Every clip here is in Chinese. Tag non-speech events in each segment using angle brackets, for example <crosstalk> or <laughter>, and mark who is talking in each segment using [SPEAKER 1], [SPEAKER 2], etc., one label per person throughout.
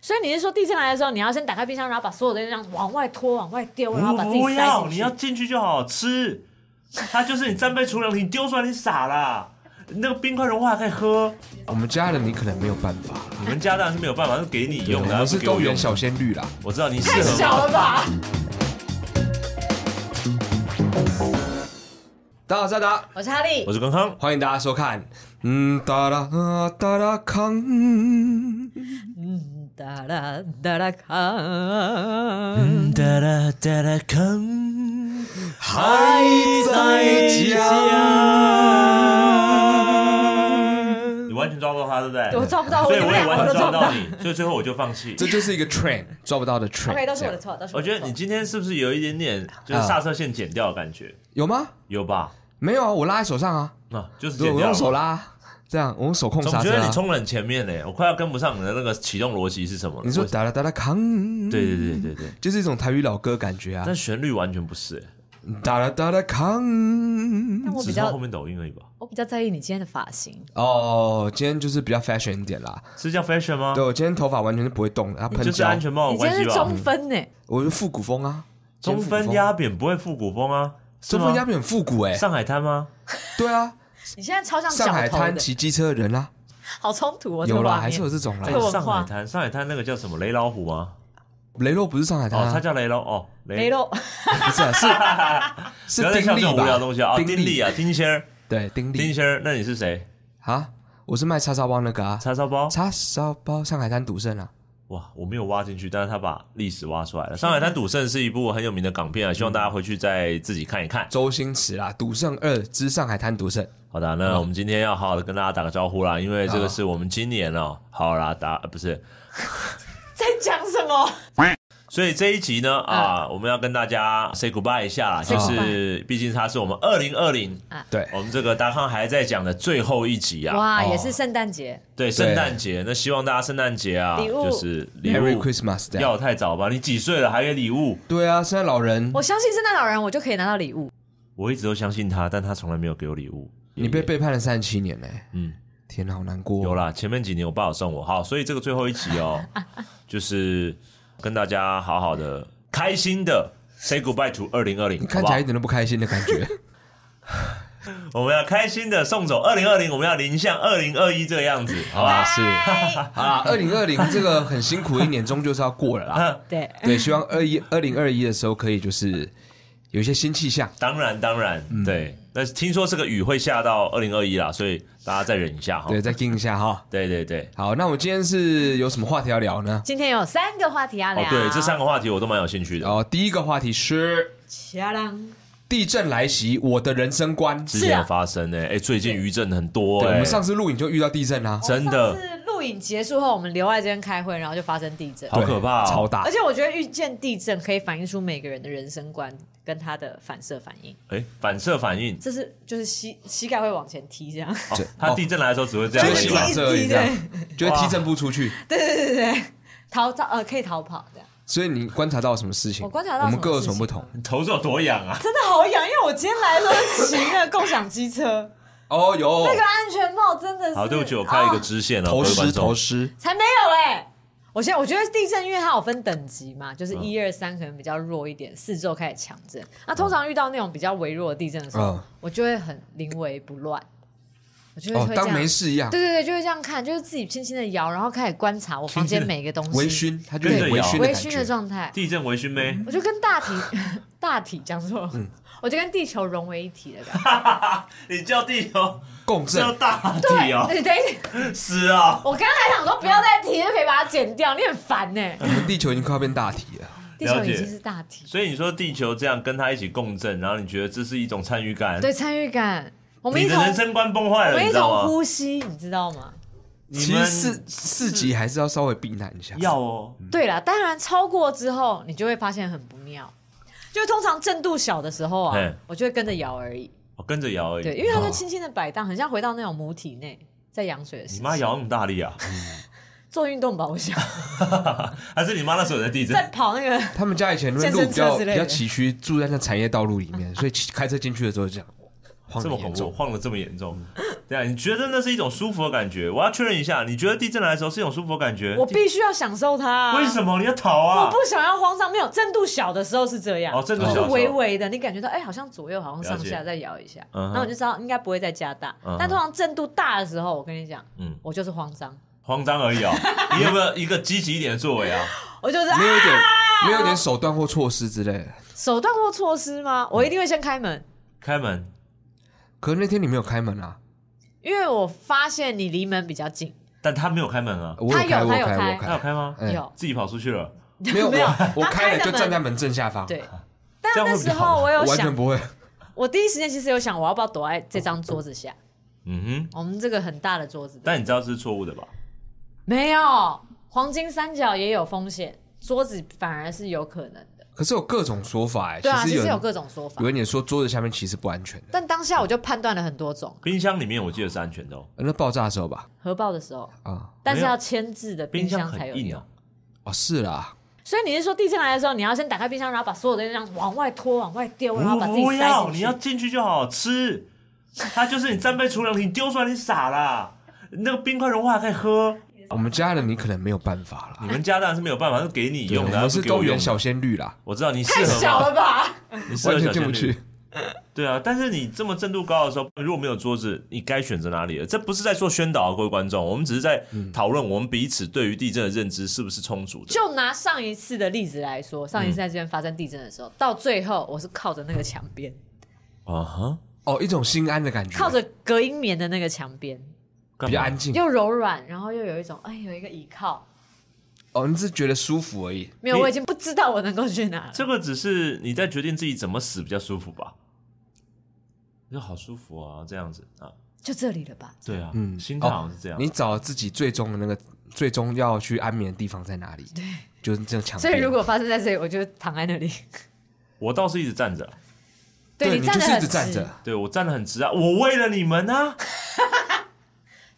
[SPEAKER 1] 所以你是说地震来的时候，你要先打开冰箱，然后把所有东西这样往外拖、往外丢，然后啊把自己
[SPEAKER 2] 不
[SPEAKER 1] 塞
[SPEAKER 2] 要，
[SPEAKER 1] 进
[SPEAKER 2] 你
[SPEAKER 1] 去
[SPEAKER 2] 要？进去就好吃。它就是你战备储粮你丢出来你傻啦。那个冰块融化还可以喝，
[SPEAKER 3] 我们家人你可能没有办法，
[SPEAKER 2] 你们家当然是没有办法，是给你
[SPEAKER 3] 我
[SPEAKER 2] 用的，
[SPEAKER 3] 们是
[SPEAKER 2] 不给我
[SPEAKER 3] 多
[SPEAKER 2] 用
[SPEAKER 3] 元
[SPEAKER 2] 的。
[SPEAKER 3] 小鲜绿啦。
[SPEAKER 2] 我知道你适
[SPEAKER 1] 太
[SPEAKER 2] 合
[SPEAKER 1] 小
[SPEAKER 2] 吗
[SPEAKER 1] 了吧！
[SPEAKER 3] 大家好，大家
[SPEAKER 1] 我是哈利
[SPEAKER 2] 我，是康康，
[SPEAKER 3] 欢迎大家收看，嗯，哒啦啊哒啦康，
[SPEAKER 1] 嗯，哒啦哒啦康，
[SPEAKER 2] 哒啦哒啦康，
[SPEAKER 3] 还在家。
[SPEAKER 2] 你完全抓不到他，对不对？
[SPEAKER 1] 我抓不到，
[SPEAKER 2] 所以
[SPEAKER 1] 连
[SPEAKER 2] 我也
[SPEAKER 1] 两
[SPEAKER 2] 完
[SPEAKER 1] 个都
[SPEAKER 2] 全抓
[SPEAKER 1] 抓不
[SPEAKER 2] 不到
[SPEAKER 1] 到。
[SPEAKER 2] 你，所以最后我就放弃
[SPEAKER 3] 这。就是一个 train 抓不到的 train。
[SPEAKER 1] OK，都是我的
[SPEAKER 3] 这样
[SPEAKER 1] 错，都是
[SPEAKER 2] 我
[SPEAKER 1] 我
[SPEAKER 2] 觉
[SPEAKER 1] 的
[SPEAKER 2] 得
[SPEAKER 1] 错
[SPEAKER 2] 你。今天是不是有一点点
[SPEAKER 3] 啊
[SPEAKER 2] 就是刹车线剪掉的感觉？
[SPEAKER 3] 有吗？
[SPEAKER 2] 有吧？
[SPEAKER 3] 没有啊，我拉在手上啊，
[SPEAKER 2] 啊，就是
[SPEAKER 3] 对，
[SPEAKER 2] 剪
[SPEAKER 3] 我
[SPEAKER 2] 掉
[SPEAKER 3] 用手
[SPEAKER 2] 了。
[SPEAKER 3] 拉，这样我用手控
[SPEAKER 2] 总
[SPEAKER 3] 刹
[SPEAKER 2] 觉
[SPEAKER 3] 车
[SPEAKER 2] 得
[SPEAKER 3] 啊
[SPEAKER 2] 你。冲得很前面呢，我快要跟不上你的那个启动逻辑是什么了。
[SPEAKER 3] 你说
[SPEAKER 2] 我
[SPEAKER 3] 哒啦哒啦康，
[SPEAKER 2] 对对对对对，
[SPEAKER 3] 就是一种台语老歌感觉啊嗯
[SPEAKER 2] 但，旋律完全不是欸，
[SPEAKER 3] 哒啦哒啦康。
[SPEAKER 1] 但我
[SPEAKER 2] 只
[SPEAKER 1] 比
[SPEAKER 2] 是后
[SPEAKER 1] 较，
[SPEAKER 2] 面抖音而已吧？
[SPEAKER 1] 我比较在意你今天的发型，
[SPEAKER 3] 哦，今天就是比较 fashion 一点啦。
[SPEAKER 2] 是叫 fashion 吗
[SPEAKER 3] 对？我今天头发完全是不会动的，它喷
[SPEAKER 2] 就是
[SPEAKER 3] 胶
[SPEAKER 2] 安，全帽
[SPEAKER 1] 你
[SPEAKER 2] 有
[SPEAKER 1] 今
[SPEAKER 2] 关
[SPEAKER 1] 天
[SPEAKER 2] 系
[SPEAKER 1] 是
[SPEAKER 2] 吧
[SPEAKER 1] 中？分呢，
[SPEAKER 3] 我是复古风啊，今
[SPEAKER 2] 中
[SPEAKER 3] 天复古风
[SPEAKER 2] 分压扁不会复古风啊？是
[SPEAKER 3] 中
[SPEAKER 2] 吗
[SPEAKER 3] 分？鸦片很复古哎，
[SPEAKER 2] 上海滩吗？
[SPEAKER 3] 对啊，
[SPEAKER 1] 你现在超像
[SPEAKER 3] 上海
[SPEAKER 1] 小头
[SPEAKER 3] 滩
[SPEAKER 1] 的，
[SPEAKER 3] 骑机车的人啊，
[SPEAKER 1] 好冲突哦，这
[SPEAKER 3] 有
[SPEAKER 1] 个
[SPEAKER 3] 啦，
[SPEAKER 1] 画
[SPEAKER 3] 还
[SPEAKER 1] 面
[SPEAKER 3] 是有这种啦
[SPEAKER 2] 哎
[SPEAKER 1] 这。个文化
[SPEAKER 2] 上海滩，上海滩那个叫什么雷老虎吗？
[SPEAKER 3] 雷洛不是上海滩
[SPEAKER 2] 哦，他
[SPEAKER 3] 啊，
[SPEAKER 2] 叫雷老哦，
[SPEAKER 1] 没
[SPEAKER 2] 雷
[SPEAKER 1] 肉，
[SPEAKER 3] <laughs> 不是啊是
[SPEAKER 2] <laughs> 不要
[SPEAKER 3] 是
[SPEAKER 2] 再
[SPEAKER 3] 丁
[SPEAKER 2] 像这种
[SPEAKER 3] 力
[SPEAKER 2] 无聊
[SPEAKER 3] 吧
[SPEAKER 2] 的东西啊！哦丁力
[SPEAKER 3] 力，
[SPEAKER 2] 啊，丁仙儿，
[SPEAKER 3] 对丁
[SPEAKER 2] 丁
[SPEAKER 3] 力
[SPEAKER 2] 仙儿，那你是谁？
[SPEAKER 3] 啊，我是卖叉烧包那个啊，
[SPEAKER 2] 叉烧包？
[SPEAKER 3] 叉烧包上海滩赌圣啊，
[SPEAKER 2] 哇，我没有挖进去，但是他把历史挖出来了。《上海滩赌圣》是一部很有名的港片啊，希望大家回去再自己看一看。
[SPEAKER 3] 周星驰啦，赌圣二之上海滩赌圣，
[SPEAKER 2] 好的，那我们今天要好好的跟大家打个招呼啦，因为这个是我们今年哦，好啦，打呃不是，
[SPEAKER 1] 在讲什么？
[SPEAKER 2] 所以这一集呢啊，我们要跟大家 say goodbye 一下啦，就
[SPEAKER 1] 嗯 Say
[SPEAKER 2] 是毕竟它是我们二零二零
[SPEAKER 3] 对，
[SPEAKER 2] 我们这个达康还在讲的最后一集啊，
[SPEAKER 1] 哇，
[SPEAKER 3] 哦
[SPEAKER 1] 也是圣诞节，
[SPEAKER 2] 对，圣诞节，那希望大家圣诞节啊，
[SPEAKER 1] 礼物
[SPEAKER 2] 就是礼
[SPEAKER 3] Merry
[SPEAKER 2] 物
[SPEAKER 3] Christmas 这样，
[SPEAKER 2] 哦要太早吧，你几岁了还给礼物？
[SPEAKER 3] 对啊，现在老人
[SPEAKER 1] 我相信圣诞老人，我就可以拿到礼 <laughs> 物。
[SPEAKER 2] 我一直都相信他，但他从来没有给我礼物。
[SPEAKER 3] 你被背叛了三十七年嘞，
[SPEAKER 2] 嗯，
[SPEAKER 3] 天啊哪，好难过，哦
[SPEAKER 2] 有啦，前面几年我爸有送我，好，所以这个最后一
[SPEAKER 1] <laughs>
[SPEAKER 2] 集哦，就是跟大家好好的、开心的 say goodbye to 二零二零，好
[SPEAKER 3] 你看
[SPEAKER 2] 不
[SPEAKER 3] 起
[SPEAKER 2] 好
[SPEAKER 3] 来一？点都不开心的感
[SPEAKER 2] <laughs>
[SPEAKER 3] 觉，
[SPEAKER 2] 我们要开心的送走二零二零，我们要迎向二零二一这个样子，好不好？
[SPEAKER 3] 是，好啦，二零二零这个很辛苦的一年，终究是要过
[SPEAKER 2] <laughs>
[SPEAKER 3] 了啦，
[SPEAKER 1] 对，
[SPEAKER 3] 对，希望二一二零二一的时候可以就是有一些新气象，
[SPEAKER 2] 当然，当然，
[SPEAKER 3] 嗯
[SPEAKER 2] 对。但是听说这个雨会下到二零二一啦，所以大家再忍一下哈。
[SPEAKER 3] 对，再盯一下哈。
[SPEAKER 2] 对对对，
[SPEAKER 3] 好，那我今天是有什么话题要聊呢？
[SPEAKER 1] 今天有三个话题要
[SPEAKER 2] 哦
[SPEAKER 1] 聊。
[SPEAKER 2] 对，这三个话题我都蛮有兴趣的。
[SPEAKER 3] 哦，第一个话题是
[SPEAKER 1] 恰啷
[SPEAKER 3] 地震来袭，我的人生观。
[SPEAKER 2] 之前有发生呢、哎、最近余震很多、
[SPEAKER 3] 对，
[SPEAKER 2] 哎，
[SPEAKER 3] 我们上次录影就遇到地震啊啦、
[SPEAKER 2] 真的
[SPEAKER 1] 我哦们上次录影结束后，我们留在这边开会，然后就发生地震。
[SPEAKER 2] 好可怕哦
[SPEAKER 3] 对超大
[SPEAKER 1] 而。且我觉得遇见地震可以反映出每个人的人生观跟他的反射反应，
[SPEAKER 2] 哎、反射反应，
[SPEAKER 1] 这是就是膝膝盖会往前踢这样， <laughs>
[SPEAKER 2] 哦
[SPEAKER 3] 这、
[SPEAKER 2] 它地震来的时候只会这样
[SPEAKER 3] 就
[SPEAKER 2] 而
[SPEAKER 3] 会
[SPEAKER 2] 已
[SPEAKER 3] 洗
[SPEAKER 2] 吧
[SPEAKER 3] 把
[SPEAKER 1] 踢？
[SPEAKER 3] 这而已，
[SPEAKER 1] 踢
[SPEAKER 3] 这样就会
[SPEAKER 2] 哇
[SPEAKER 3] 踢正步出去。
[SPEAKER 1] 逃逃呃可以逃跑这样，
[SPEAKER 3] 所以你观察到什么事情？
[SPEAKER 1] 我观察到
[SPEAKER 3] 我们各有
[SPEAKER 1] 什
[SPEAKER 3] 什
[SPEAKER 1] 么事情
[SPEAKER 3] 么不同？
[SPEAKER 2] 头是有多痒啊？
[SPEAKER 1] 真的好痒，因为我今天来的时候骑那个共享机车，
[SPEAKER 3] 哦，有
[SPEAKER 1] 那个安全帽真的是，
[SPEAKER 2] 好，对不起，我开了一个
[SPEAKER 1] 哦
[SPEAKER 2] 支线了，啊
[SPEAKER 3] 头
[SPEAKER 2] 各位观
[SPEAKER 3] 虱，
[SPEAKER 2] 众
[SPEAKER 3] 头虱。
[SPEAKER 1] 才没有欸嘞、我现在我觉得地震，因为它有分等级嘛，就是
[SPEAKER 3] 嗯
[SPEAKER 1] 一二三可能比较弱一点，四周开始强震。那通常遇到那种比较微弱的地震的时候，
[SPEAKER 3] 嗯
[SPEAKER 1] 我就会很临危不乱，我就会
[SPEAKER 3] 哦
[SPEAKER 1] 会，这
[SPEAKER 3] 当
[SPEAKER 1] 样。
[SPEAKER 3] 没事一样。
[SPEAKER 1] 对对对，就会这样看，就是自己轻轻的摇，然后开始观察我房间每一个东西，
[SPEAKER 3] 微醺，它就是
[SPEAKER 2] 对
[SPEAKER 3] 微醺的
[SPEAKER 1] 微
[SPEAKER 3] 感
[SPEAKER 1] 醺的
[SPEAKER 3] 觉。
[SPEAKER 1] 状态。
[SPEAKER 2] 地震微醺妹，
[SPEAKER 1] 我就跟
[SPEAKER 3] <laughs>
[SPEAKER 1] 大体大体讲错
[SPEAKER 3] 嗯
[SPEAKER 1] 了，我就跟地球融为一体的感觉。
[SPEAKER 2] 你叫地球
[SPEAKER 3] 共振
[SPEAKER 2] 叫，大地哦，
[SPEAKER 1] 对，等一下，
[SPEAKER 2] 是啊，
[SPEAKER 1] 我刚才想说不要再提，就可以把它剪掉，你很烦呢、
[SPEAKER 3] 我们地球已经快要变大体了。
[SPEAKER 1] 地球
[SPEAKER 2] 了解
[SPEAKER 1] 已经是大体，
[SPEAKER 2] 所以你说地球这样跟它一起共振，然后你觉得这是一种参与感，
[SPEAKER 1] 对参与感，我们
[SPEAKER 2] 你
[SPEAKER 1] 一
[SPEAKER 2] 的
[SPEAKER 1] 同
[SPEAKER 2] 人生观崩坏
[SPEAKER 1] 我
[SPEAKER 2] 了，
[SPEAKER 1] 们
[SPEAKER 2] 你
[SPEAKER 1] 一
[SPEAKER 2] 知道
[SPEAKER 1] 同
[SPEAKER 2] 吗？
[SPEAKER 1] 呼吸，你知道吗？
[SPEAKER 2] 你
[SPEAKER 3] 其
[SPEAKER 2] 们
[SPEAKER 3] 实四四级还是要稍微避难一下。
[SPEAKER 2] 要哦，
[SPEAKER 1] 对啦，当然超过之后，你就会发现很不妙。就通常震度小的时候啊
[SPEAKER 2] 嘿，哦
[SPEAKER 1] 我就会跟着摇而已。
[SPEAKER 2] 我哦跟着摇而
[SPEAKER 1] 对，
[SPEAKER 2] 已。
[SPEAKER 1] 因为它就轻轻的摆荡，很像回到那种母体内在羊水的时
[SPEAKER 2] 你
[SPEAKER 1] 期
[SPEAKER 2] 妈摇那么大力
[SPEAKER 1] <laughs>
[SPEAKER 2] 啊？
[SPEAKER 1] 做运动吧，我
[SPEAKER 2] <laughs>
[SPEAKER 1] 想
[SPEAKER 2] 还是你妈那时候有在地震？
[SPEAKER 1] 在跑那个。
[SPEAKER 3] 他们家以前那边路
[SPEAKER 1] 健
[SPEAKER 3] 比
[SPEAKER 1] 身车
[SPEAKER 3] 较
[SPEAKER 1] 之
[SPEAKER 3] 比
[SPEAKER 1] 类的
[SPEAKER 3] 较崎
[SPEAKER 1] <laughs>
[SPEAKER 3] 岖，住在那产业道路里面，所以骑开车进去的时候就这样晃
[SPEAKER 2] 这
[SPEAKER 3] 得
[SPEAKER 2] 么恐
[SPEAKER 3] 很严
[SPEAKER 2] 怖，
[SPEAKER 3] 重。
[SPEAKER 2] 晃的这么严重，对啊，你觉得那是一种舒服的感觉？我要确认一下，你觉得地震来的时候是一种舒服的感觉？
[SPEAKER 1] 我必须要享受它、啊。
[SPEAKER 2] 为什么你要逃啊？
[SPEAKER 1] 我不想要慌张，没有震度小的时候是这样，
[SPEAKER 2] 哦震度
[SPEAKER 1] 就
[SPEAKER 2] 小
[SPEAKER 1] 是
[SPEAKER 2] 的时候
[SPEAKER 1] 微微的，你感觉到哎、好像左右，好像上
[SPEAKER 2] 了
[SPEAKER 1] 下
[SPEAKER 2] 解
[SPEAKER 1] 再摇一下，
[SPEAKER 2] 嗯哼
[SPEAKER 1] 然后你就知道应该不会再加大。
[SPEAKER 2] 嗯哼
[SPEAKER 1] 但通常震度大的时候，我跟你讲，
[SPEAKER 2] 嗯
[SPEAKER 1] 我就是慌张，
[SPEAKER 2] 慌张而已
[SPEAKER 1] <laughs>
[SPEAKER 2] 哦。你有没有一个积极一点的作为啊？
[SPEAKER 1] 我就是啊
[SPEAKER 3] 没有一点，没有一点手段或措施之类的。
[SPEAKER 1] 手段或措施吗？我一定会先开门，
[SPEAKER 2] 开门，
[SPEAKER 3] 可是那天你没有开门啊，
[SPEAKER 1] 因为我发现你离门比较近，
[SPEAKER 2] 但他没有开门啊，
[SPEAKER 3] 我
[SPEAKER 1] 他有
[SPEAKER 3] 开，我
[SPEAKER 1] 他有
[SPEAKER 3] 开，
[SPEAKER 1] 开
[SPEAKER 3] 我
[SPEAKER 2] 他有开吗？
[SPEAKER 3] 哎
[SPEAKER 1] 有
[SPEAKER 2] 自己跑出去了，
[SPEAKER 3] 没
[SPEAKER 1] <laughs>
[SPEAKER 3] 有，
[SPEAKER 1] 没有
[SPEAKER 3] 我我
[SPEAKER 1] 他
[SPEAKER 3] 开了
[SPEAKER 1] 开
[SPEAKER 3] 就
[SPEAKER 1] 的
[SPEAKER 3] 站在
[SPEAKER 1] 门
[SPEAKER 3] 门正下方，
[SPEAKER 1] 对。但
[SPEAKER 2] 这样
[SPEAKER 1] 那
[SPEAKER 2] 会比
[SPEAKER 1] 时
[SPEAKER 2] 较好
[SPEAKER 1] 候我有
[SPEAKER 3] 啊我完
[SPEAKER 1] 想
[SPEAKER 3] 全，不会。
[SPEAKER 1] 我第一时间其实有想，我要不要躲在这张桌子下？
[SPEAKER 2] 嗯哼。
[SPEAKER 1] 我们这个很大的桌子，
[SPEAKER 2] 但你知道这是错误的吧？
[SPEAKER 1] 没有黄金三角也有风险，桌子反而是有可能的。
[SPEAKER 3] 可是有各种说法哎，
[SPEAKER 1] 对啊，其
[SPEAKER 3] 有
[SPEAKER 1] 实有
[SPEAKER 3] 人
[SPEAKER 1] 各种说法
[SPEAKER 3] 有，人也说桌子下面其实不安全的，
[SPEAKER 1] 但当下我就判断了很多种。
[SPEAKER 2] 冰箱里面我记得是安全的哦，
[SPEAKER 3] 那爆炸的时候吧，
[SPEAKER 1] 核爆的时候，
[SPEAKER 3] 啊
[SPEAKER 1] 但是要签字的冰箱才有
[SPEAKER 2] 很
[SPEAKER 1] 用。
[SPEAKER 2] 硬哦。
[SPEAKER 3] 哦是啦，
[SPEAKER 1] 所以你是说地震来的时候，你要先打开冰箱，然后把所有的东西往外拖、往外丢，然后把自己
[SPEAKER 2] 不
[SPEAKER 1] 塞
[SPEAKER 2] 要，
[SPEAKER 1] 进
[SPEAKER 2] 你要
[SPEAKER 1] 去？
[SPEAKER 2] 进去就好吃。它就是你战备储粮你丢出来你傻啦。那个冰块融化还可以喝。
[SPEAKER 3] 我们家人你可能没有办法啦
[SPEAKER 2] 你，们家当然是没有办法，是给你
[SPEAKER 3] 对我
[SPEAKER 2] 用的，
[SPEAKER 3] 们
[SPEAKER 2] 不
[SPEAKER 3] 是
[SPEAKER 2] 给我
[SPEAKER 3] 动
[SPEAKER 2] 用
[SPEAKER 3] 员
[SPEAKER 2] 的
[SPEAKER 3] 小仙绿啦，
[SPEAKER 2] 我知道你适
[SPEAKER 1] 太
[SPEAKER 2] 合
[SPEAKER 1] 小
[SPEAKER 2] 吗？
[SPEAKER 1] 了吧？
[SPEAKER 2] <laughs> 你适合
[SPEAKER 3] 完
[SPEAKER 2] 小
[SPEAKER 3] 全进不
[SPEAKER 2] 仙女
[SPEAKER 3] 去。。
[SPEAKER 2] 对啊，但是你这么震度高的时候，如果没有桌子，你该选择哪里了？这不是在做宣导啊，各位观众，我们只是在
[SPEAKER 3] 嗯
[SPEAKER 2] 讨论我们彼此对于地震的认知是不是充足的。
[SPEAKER 1] 就拿上一次的例子来说，上
[SPEAKER 2] 嗯
[SPEAKER 1] 一次在这边发生地震的时候，到最后我是靠着那个墙边，
[SPEAKER 2] 啊哈，
[SPEAKER 3] 哦，一种心安的感觉，
[SPEAKER 1] 靠着隔音棉的那个墙边，
[SPEAKER 2] 干
[SPEAKER 3] 比较
[SPEAKER 2] 嘛
[SPEAKER 3] 安静。
[SPEAKER 1] 又柔软，然后又有一种哎有一个依靠。
[SPEAKER 3] 哦，你只是觉得舒服而已。
[SPEAKER 1] 没有，
[SPEAKER 2] 你
[SPEAKER 1] 我已经不知道我能够去哪了。
[SPEAKER 2] 这个只是你在决定自己怎么死比较舒服吧？你说好舒服啊，这样子啊，
[SPEAKER 1] 就这里了吧？
[SPEAKER 2] 对啊，
[SPEAKER 3] 嗯
[SPEAKER 2] 心态好像是这样。
[SPEAKER 3] 你找自己最终的那个最终要去安眠的地方在哪里？对，就是这个
[SPEAKER 2] 啊
[SPEAKER 3] 墙
[SPEAKER 1] 所
[SPEAKER 3] 边。
[SPEAKER 1] 以如果发生在这里，我就躺在那
[SPEAKER 2] <laughs>
[SPEAKER 1] 里。
[SPEAKER 2] 我倒是一直站着，
[SPEAKER 3] 对
[SPEAKER 1] 你
[SPEAKER 3] 你
[SPEAKER 1] 站
[SPEAKER 3] 就
[SPEAKER 1] 得
[SPEAKER 3] 是一
[SPEAKER 1] 很
[SPEAKER 3] 直
[SPEAKER 1] 直，
[SPEAKER 3] 站着，
[SPEAKER 2] 对我站得很直啊，我为了你们啊，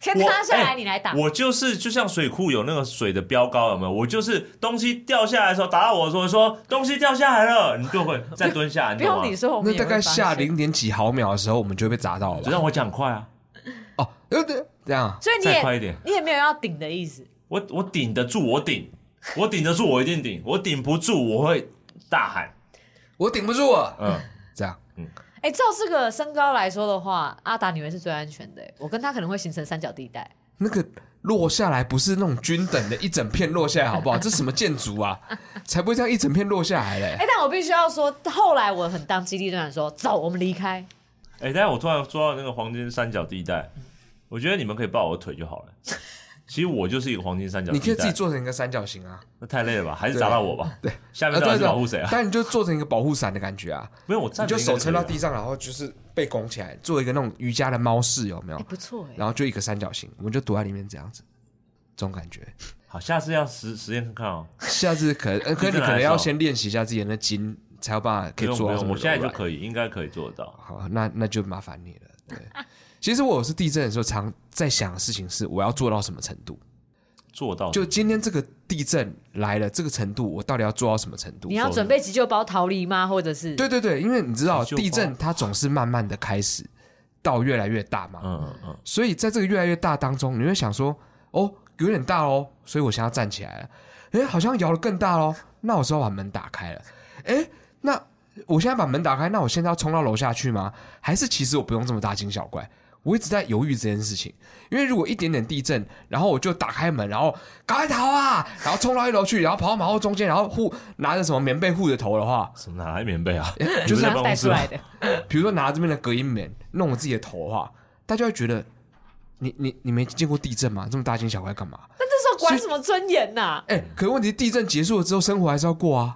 [SPEAKER 1] 先
[SPEAKER 2] 我
[SPEAKER 1] 塌下来
[SPEAKER 2] 哎
[SPEAKER 1] 你来打。
[SPEAKER 2] 我就是就像水库有那个水的标高，有没有？我就是东西掉下来的时候打到我的时候，说东西掉下来了，你就会再蹲下，你
[SPEAKER 1] 不
[SPEAKER 2] 懂吗
[SPEAKER 1] 用？你说，我们
[SPEAKER 3] 那
[SPEAKER 1] 也会
[SPEAKER 3] 大概下
[SPEAKER 1] 发现。
[SPEAKER 3] 零点几毫秒的时候，我们就会被砸到了
[SPEAKER 2] 只
[SPEAKER 3] 吧？
[SPEAKER 2] 让我讲快啊，
[SPEAKER 3] 哦，对对，这样啊
[SPEAKER 1] 所以你
[SPEAKER 2] 再快一
[SPEAKER 1] 也
[SPEAKER 2] 点，
[SPEAKER 1] 你也没有要顶的意思。
[SPEAKER 2] 我我顶得住，我顶，我顶得住，我一定顶，我顶不住，我会大喊，
[SPEAKER 3] 我顶不住啊！
[SPEAKER 2] 嗯，
[SPEAKER 3] 这样
[SPEAKER 1] 哎，照这个身高来说的话，阿达你们是最安全的。哎我跟他可能会形成三角地带。
[SPEAKER 3] 那个落下来不是那种均等的，一整片落下来，好不好？这什么建筑啊？才不会这样一整片落下来嘞！
[SPEAKER 1] 哎，但我必须要说，后来我很当机立断地说，走，我们离开。
[SPEAKER 2] 哎、但是我突然说到那个黄金三角地带，我觉得你们可以抱我的腿就好
[SPEAKER 1] <laughs>
[SPEAKER 2] 了。其实我就是一个黄金三角地
[SPEAKER 3] 你
[SPEAKER 2] 带，
[SPEAKER 3] 可以自己做成一个三角形啊，
[SPEAKER 2] 那太累了吧？还是砸到我吧？对，下面到底
[SPEAKER 3] 啊
[SPEAKER 2] 是保护谁啊？
[SPEAKER 3] 但你就做成一个保护伞的感觉啊，
[SPEAKER 2] 没有，我
[SPEAKER 3] 你
[SPEAKER 2] 站着
[SPEAKER 3] 就手撑到
[SPEAKER 2] 应该
[SPEAKER 3] 地上，然后就是被拱起来，做一个那种瑜伽的猫式，有没有
[SPEAKER 1] 哎，？不错哎。
[SPEAKER 3] 然后就一个三角形，我们就躲在里面这样子，这种
[SPEAKER 2] <laughs>
[SPEAKER 3] 感
[SPEAKER 2] 就
[SPEAKER 3] 觉。
[SPEAKER 2] 可以了。好，下次要实实验看看哦。
[SPEAKER 3] 下次可能，呃可
[SPEAKER 2] 地震
[SPEAKER 3] 是
[SPEAKER 2] 来的
[SPEAKER 3] 你可能
[SPEAKER 2] 时候
[SPEAKER 3] 要先练习一下自己的那筋，才有办法可
[SPEAKER 2] 不
[SPEAKER 3] 以
[SPEAKER 2] 用
[SPEAKER 3] 做
[SPEAKER 2] 不
[SPEAKER 3] 到这
[SPEAKER 2] 用，
[SPEAKER 3] 么
[SPEAKER 2] 我现在
[SPEAKER 3] 柔
[SPEAKER 2] 就
[SPEAKER 3] 软
[SPEAKER 2] 可以，应该可以做得到。
[SPEAKER 3] 好，那那就麻烦你了。对，其实我有时地震的时候，常在想的事情是，我要做到什么程度？
[SPEAKER 2] 做到
[SPEAKER 3] 就今天这个地震来了这个程度，我到底要做到什么程度
[SPEAKER 1] 你？要准备急救包逃离吗？或者是
[SPEAKER 3] 对对对，因为你知道
[SPEAKER 2] 急救包
[SPEAKER 3] 地震它总是慢慢的开始到越来越大嘛，
[SPEAKER 2] 嗯嗯
[SPEAKER 3] 所以在这个越来越大当中，你会想说，哦，有点大哦，所以我现在要站起来了。诶，好像摇得更大喽，那我是要把门打开了。诶，那我现在把门打开，那我现在要冲到楼下去吗？还是其实我不用这么大惊小怪？我一直在犹豫这件事情，因为如果一点点地震，然后我就打开门，然后赶快逃啊，然后冲到一楼去，然后跑到马路中间，然后护拿着什么棉被护着头的话，
[SPEAKER 2] 嗯，什么哪来棉被啊？
[SPEAKER 3] <laughs> 就是
[SPEAKER 2] 在
[SPEAKER 1] 拿
[SPEAKER 2] 办公
[SPEAKER 1] 带
[SPEAKER 2] 室
[SPEAKER 1] 出
[SPEAKER 2] 吗 <laughs>
[SPEAKER 1] 来的？
[SPEAKER 3] 比如说拿这边的隔音棉弄我自己的头的话，大家会觉得你你你没见过地震吗？这么大惊小怪干嘛？
[SPEAKER 1] 那这时候管什么尊严呐？
[SPEAKER 3] 哎、可是问题地震结束了之后，生活还是要过啊，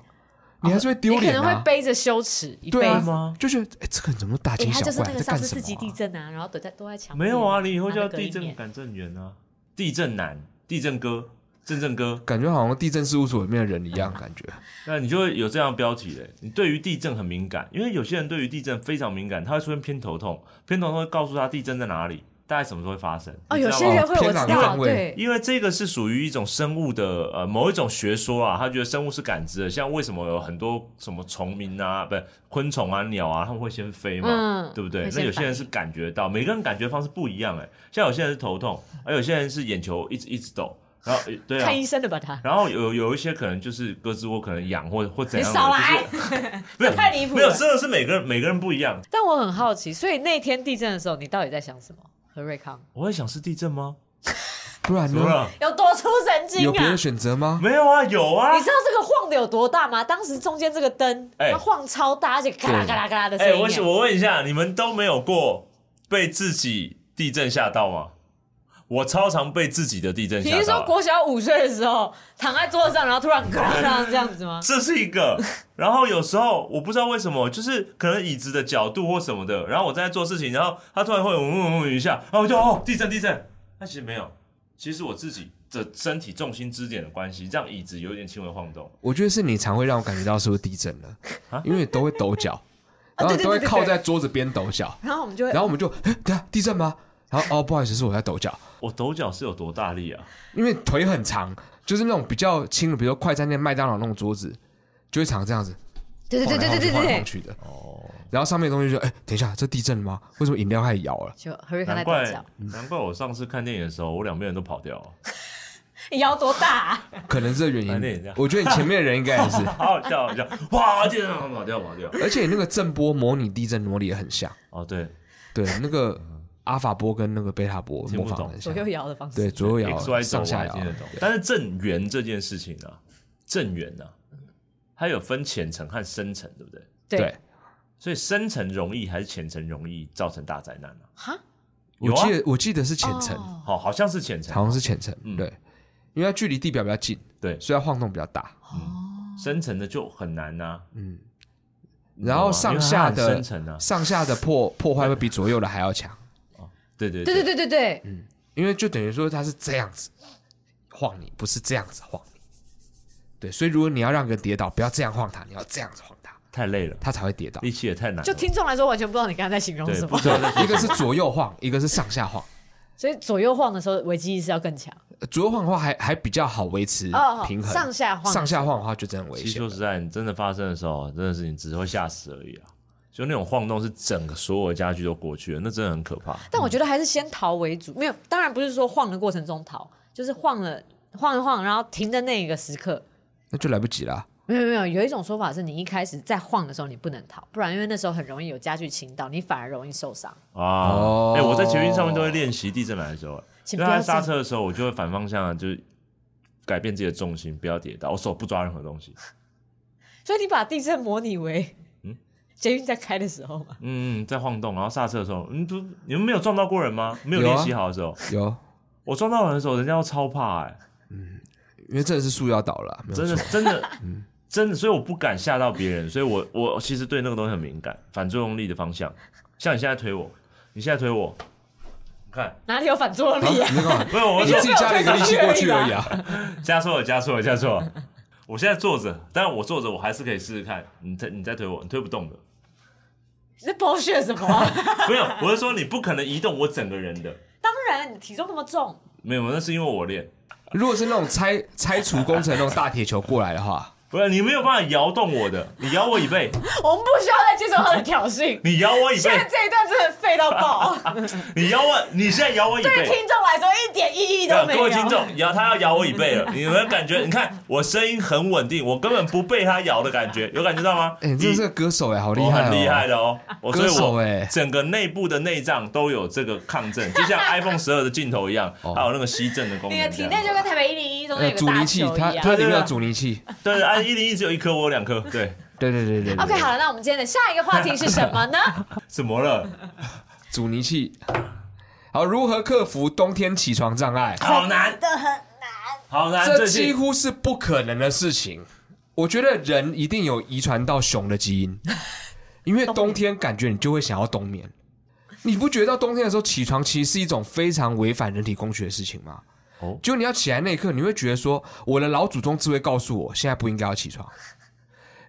[SPEAKER 3] 你还是会
[SPEAKER 1] 你
[SPEAKER 3] 丢
[SPEAKER 1] 哎可
[SPEAKER 3] 脸
[SPEAKER 1] 能
[SPEAKER 3] 啊
[SPEAKER 1] 会，背着羞耻一辈
[SPEAKER 3] 对
[SPEAKER 1] 子
[SPEAKER 3] 啊。
[SPEAKER 2] 吗？
[SPEAKER 3] 就是哎、这个人怎么那么大
[SPEAKER 1] 哎、
[SPEAKER 3] 惊
[SPEAKER 1] 他
[SPEAKER 3] 小
[SPEAKER 1] 就是
[SPEAKER 3] 怪？
[SPEAKER 1] 那个
[SPEAKER 3] 在
[SPEAKER 1] 上
[SPEAKER 3] 干
[SPEAKER 1] 次
[SPEAKER 3] 什
[SPEAKER 1] 四
[SPEAKER 3] 么
[SPEAKER 1] 级
[SPEAKER 3] 啊、
[SPEAKER 1] 地震啊，然后躲在躲在墙
[SPEAKER 2] 没有啊，你以后就叫地震
[SPEAKER 1] 震。
[SPEAKER 2] 感震员啊，地震男、地震哥、震震哥，
[SPEAKER 3] 感觉好像地震事务所里面的人一样，感觉
[SPEAKER 2] 那你就会有这样的标题嘞。你对于地震很敏感，因为有些人对于地震非常敏感，他会出现偏头痛，偏头痛会告诉他地震在哪里，大概什么时候会发生？
[SPEAKER 1] 哦，
[SPEAKER 2] 你知
[SPEAKER 1] 有
[SPEAKER 2] 道
[SPEAKER 1] 些
[SPEAKER 2] 吗
[SPEAKER 1] 人会我
[SPEAKER 3] 天
[SPEAKER 1] 知
[SPEAKER 3] 壤
[SPEAKER 1] 道，
[SPEAKER 3] 之别
[SPEAKER 1] 对，
[SPEAKER 2] 因为这个是属于一种生物的呃某一种学说啊，他觉得生物是感知的，像为什么有很多什么虫鸣啊，不是昆虫啊、鸟啊，他们会先飞嘛，
[SPEAKER 1] 嗯
[SPEAKER 2] 对不对
[SPEAKER 1] 会？先
[SPEAKER 2] 那有些
[SPEAKER 1] 反
[SPEAKER 2] 人
[SPEAKER 1] 应
[SPEAKER 2] 是感觉到，每个人感觉方式不一样哎、像有些人是头痛，而有些人是眼球一直一直抖，然后呃对啊
[SPEAKER 1] 看。医生的吧他。
[SPEAKER 2] 然后有有一些可能就是胳肢窝可能痒或或怎
[SPEAKER 3] 啊
[SPEAKER 1] 你
[SPEAKER 2] 样
[SPEAKER 1] 少来 <laughs>
[SPEAKER 2] 的，，就是没有
[SPEAKER 1] 太离谱了
[SPEAKER 2] 没有，真的是每个人每个人不一样。
[SPEAKER 1] 但我很好奇，所以那天地震的时候，你到底在想什么？何瑞康
[SPEAKER 2] 我会想是地震吗？
[SPEAKER 3] 不然
[SPEAKER 1] 嗯
[SPEAKER 2] 怎
[SPEAKER 3] 呢
[SPEAKER 2] 么？了？
[SPEAKER 1] 有多出神经
[SPEAKER 3] 有别
[SPEAKER 1] 啊
[SPEAKER 3] 的？选择
[SPEAKER 2] 啊
[SPEAKER 3] 吗？
[SPEAKER 2] 没有啊，有啊
[SPEAKER 1] 你。知道这个晃的有多大吗？当时中间这个灯，
[SPEAKER 2] 哎
[SPEAKER 1] 它晃超大，而且嘎啦嘎啦嘎啦的
[SPEAKER 2] 哎、
[SPEAKER 1] 声音
[SPEAKER 2] 我
[SPEAKER 1] 哎。
[SPEAKER 2] 我问一下，你们都没有过被自己地震吓到吗？我超常被自己的地震
[SPEAKER 1] 你
[SPEAKER 2] 吓
[SPEAKER 1] 是说
[SPEAKER 2] 到，啊
[SPEAKER 1] 国小五岁的时候躺在桌子上，然后突然嘎啦嘎啦这样子吗？
[SPEAKER 2] 这是一个。然后有时候我不知道为什么，就是可能椅子的角度或什么的，然后我正在做事情，然后它突然会嗡嗡嗡一下，然后我就哦地震地震，但其实没有，其实我自己的身体重心支点的关系，让椅子有点轻微晃动。
[SPEAKER 3] 我觉得是你常会让我感觉到是不是地震了，
[SPEAKER 1] <laughs>
[SPEAKER 3] 因为都会抖脚，然后
[SPEAKER 1] 哦对对
[SPEAKER 3] 都会
[SPEAKER 1] 对对
[SPEAKER 3] 靠
[SPEAKER 1] 对
[SPEAKER 3] 在桌子边抖脚，
[SPEAKER 1] 然后我们就会
[SPEAKER 3] 然后我们就，诶等一下地震吗？然后哦，不好意思，是我在抖脚，
[SPEAKER 2] 我抖脚是有多大力啊？
[SPEAKER 3] 因为腿很长，就是那种比较轻的，比如说快餐店、麦当劳那种桌子，就会常这样子
[SPEAKER 1] 对对
[SPEAKER 3] 晃
[SPEAKER 1] 对对对
[SPEAKER 3] 来晃去、
[SPEAKER 1] 对
[SPEAKER 3] 晃来
[SPEAKER 1] 对
[SPEAKER 3] 晃，去的。哦，然后上面的东西就，哎，等一下，这地震了吗？为什么饮料开始摇了？
[SPEAKER 1] 就何瑞康在
[SPEAKER 2] 难
[SPEAKER 1] 跺
[SPEAKER 2] 怪
[SPEAKER 1] 脚，
[SPEAKER 2] 难怪我上次看电影的时候，我两边人都跑掉了，
[SPEAKER 1] 你摇多大啊？
[SPEAKER 3] 可能是这个原
[SPEAKER 2] 哎那也这
[SPEAKER 3] 因
[SPEAKER 2] 样。
[SPEAKER 3] 我觉得你前面的人应该也是，
[SPEAKER 2] 好好笑，好笑，哇，天啊，跑掉，跑掉。
[SPEAKER 3] 而且那个震波模拟地震模拟也很像，
[SPEAKER 2] 哦，对，
[SPEAKER 3] 对，那个阿法波跟那个贝塔波
[SPEAKER 2] 听不
[SPEAKER 3] 模仿
[SPEAKER 2] 懂
[SPEAKER 3] 得很
[SPEAKER 1] 左
[SPEAKER 3] 像，
[SPEAKER 1] 右摇的方式。
[SPEAKER 3] 对，左
[SPEAKER 2] X
[SPEAKER 3] 右
[SPEAKER 2] Y
[SPEAKER 3] 摇、
[SPEAKER 2] 轴我
[SPEAKER 3] 上下
[SPEAKER 2] 还
[SPEAKER 3] 摇
[SPEAKER 2] 听，得懂，但是正圆这件事情啊，正圆啊，它有分浅层和深层，对不对？
[SPEAKER 3] 对。
[SPEAKER 2] 所以深层容易还是浅层容易造成大灾难呢、
[SPEAKER 1] 哈，
[SPEAKER 3] 我
[SPEAKER 2] 有啊
[SPEAKER 3] 记得我记得是浅层，
[SPEAKER 1] 哦
[SPEAKER 2] 好，好像是浅层
[SPEAKER 3] 好，像是浅层，
[SPEAKER 2] 嗯
[SPEAKER 3] 对，因为它距离地表比较近，
[SPEAKER 2] 对
[SPEAKER 3] 所以它晃动比较大。
[SPEAKER 2] 深层的就很难啊呐、
[SPEAKER 3] 然后上
[SPEAKER 2] 哦
[SPEAKER 3] 下
[SPEAKER 2] 因为它很
[SPEAKER 3] 的
[SPEAKER 2] 深层啊
[SPEAKER 3] <laughs> 上下的破破坏会比左右的还要强，
[SPEAKER 2] 对对
[SPEAKER 1] 对对对对对，
[SPEAKER 3] 因为就等于说它是这样子晃你，不是这样子晃你。对，所以如果你要让个人跌倒，不要这样晃它，你要这样子晃它，
[SPEAKER 2] 太累了，
[SPEAKER 3] 它才会跌倒。
[SPEAKER 2] 力气也太难了。
[SPEAKER 1] 就听众来说完全不知道你刚才在形容
[SPEAKER 2] 对
[SPEAKER 1] 什
[SPEAKER 2] 不
[SPEAKER 1] 么，
[SPEAKER 2] 知道在
[SPEAKER 3] 对，一个是左右晃，一个是上下晃。
[SPEAKER 1] 所以左右晃的时候危机意识要更强
[SPEAKER 3] 呃左右晃的话还还比较好维持
[SPEAKER 1] 哦。
[SPEAKER 3] 平衡，
[SPEAKER 1] 上下晃，
[SPEAKER 3] 上下晃的话就真的很危
[SPEAKER 2] 其实
[SPEAKER 3] 险
[SPEAKER 2] 说。实在，你真的发生的时候，真的是你只会吓死而已啊！就那种晃动是整个所有的家具都过去了，那真的很可怕。
[SPEAKER 1] 但我觉得还是先逃为主，没有，当然不是说晃的过程中逃，就是晃了晃一晃，然后停的那一个时刻。
[SPEAKER 3] 那就来不及了啊。
[SPEAKER 1] 没有没有，有一种说法是你一开始在晃的时候你不能逃，不然因为那时候很容易有家具倾倒，你反而容易受伤。
[SPEAKER 2] 啊，哎、
[SPEAKER 3] 哦
[SPEAKER 2] 我在捷运上面都会练习地震来的时候，
[SPEAKER 1] 请
[SPEAKER 2] 因为
[SPEAKER 1] 不要
[SPEAKER 2] 他刹车的时候，我就会反方向，啊就是改变自己的重心，不要跌倒，我手不抓任何东西。
[SPEAKER 1] 所以你把地震模拟为
[SPEAKER 2] 嗯
[SPEAKER 1] <laughs> 捷运在开的时候嘛，
[SPEAKER 2] 嗯，在晃动，然后刹车的时候，嗯，不，你们没有撞到过人吗？没有
[SPEAKER 3] 有啊
[SPEAKER 2] 练习好的时候，
[SPEAKER 3] 有，
[SPEAKER 2] 我撞到人的时候，人家要超怕、哎，
[SPEAKER 3] 因为真的是树要倒了啊，没嗯有
[SPEAKER 2] 真的，真
[SPEAKER 3] <laughs>
[SPEAKER 2] 的，真的，所以我不敢吓到别人，所以我我其实对那个东西很敏感，反作用力的方向。像你现在推我，你现在推我，你看，
[SPEAKER 1] 哪里有反作用力啊？
[SPEAKER 3] 你在干嘛？
[SPEAKER 2] 没有，我
[SPEAKER 3] 你
[SPEAKER 2] 说
[SPEAKER 3] 自己加了一个力气过去而已啊。
[SPEAKER 2] 加错了，加错了，加错了。我现在坐着，但是我坐着，我还是可以试试看。你再你再推我，你推不动的。
[SPEAKER 1] 你在 bullshit 什么啊、 <laughs>
[SPEAKER 2] 没有，我是说你不可能移动我整个人的。
[SPEAKER 1] 当然，你体重那么重，
[SPEAKER 2] 没有，那是因为我练，
[SPEAKER 3] 如果是那种拆拆除工程那种大铁球过来的话，
[SPEAKER 2] 不是你没有办法摇动我的，你摇我椅背，。
[SPEAKER 1] 我们不需要再接受他的挑衅
[SPEAKER 2] 你摇我椅
[SPEAKER 1] 现在
[SPEAKER 2] 背，
[SPEAKER 1] 这一段真的废到
[SPEAKER 2] <laughs>
[SPEAKER 1] 爆，
[SPEAKER 2] 你摇我，你现在摇我椅
[SPEAKER 1] 对
[SPEAKER 2] 背。
[SPEAKER 1] 听众来说一点意义都没
[SPEAKER 2] 啊各
[SPEAKER 1] 有。
[SPEAKER 2] 位听众，摇他要摇我椅背了，你们感觉？你看我声音很稳定，我根本不被他摇的感觉，有感觉到吗？
[SPEAKER 3] 哎、你真的是个歌手哎、好厉
[SPEAKER 2] 我
[SPEAKER 3] 害、哦，
[SPEAKER 2] 很厉害的
[SPEAKER 3] <laughs>
[SPEAKER 2] 哦，我所
[SPEAKER 3] 歌
[SPEAKER 2] 以
[SPEAKER 3] 手
[SPEAKER 2] 我
[SPEAKER 3] 欸
[SPEAKER 2] 整个内部的内脏都有这个抗震，就
[SPEAKER 3] <laughs>
[SPEAKER 2] 像 iPhone 十二的镜头一样，
[SPEAKER 3] 哦
[SPEAKER 2] 还有那个吸震的功
[SPEAKER 1] 你
[SPEAKER 2] 能
[SPEAKER 1] 的
[SPEAKER 2] 这
[SPEAKER 1] 体
[SPEAKER 2] 样。
[SPEAKER 1] 内就跟台北一零一中间
[SPEAKER 3] 呃，
[SPEAKER 1] 有
[SPEAKER 3] 阻
[SPEAKER 1] 个大
[SPEAKER 3] 尼器
[SPEAKER 1] 球，一
[SPEAKER 3] 它
[SPEAKER 1] 样。
[SPEAKER 3] 它里面
[SPEAKER 2] 对
[SPEAKER 3] 有
[SPEAKER 2] 啊
[SPEAKER 3] 阻尼器，
[SPEAKER 2] 对，按一零一只有一颗，我有两颗。
[SPEAKER 3] <laughs>
[SPEAKER 2] 对，
[SPEAKER 3] 对对对对对
[SPEAKER 1] OK，好了，那我们今天的下一个话题是什么
[SPEAKER 3] <laughs>
[SPEAKER 1] 呢？
[SPEAKER 2] 怎么了？
[SPEAKER 3] 阻尼器。好，如何克服冬天起床障碍？
[SPEAKER 2] 好难，
[SPEAKER 1] 的很难。
[SPEAKER 2] 好难，
[SPEAKER 3] 这
[SPEAKER 2] 这
[SPEAKER 3] 几
[SPEAKER 2] 些
[SPEAKER 3] 乎是不可能的事情。我觉得人一定有遗传到熊的基
[SPEAKER 2] <laughs>
[SPEAKER 3] 因，因为冬天感觉你就会想要冬眠。你不觉得到冬天的时候起床其实是一种非常违反人体工学的事情吗？
[SPEAKER 2] 哦
[SPEAKER 3] 就你要起来那一刻，你会觉得说，我的老祖宗智慧告诉我，现在不应该要起床。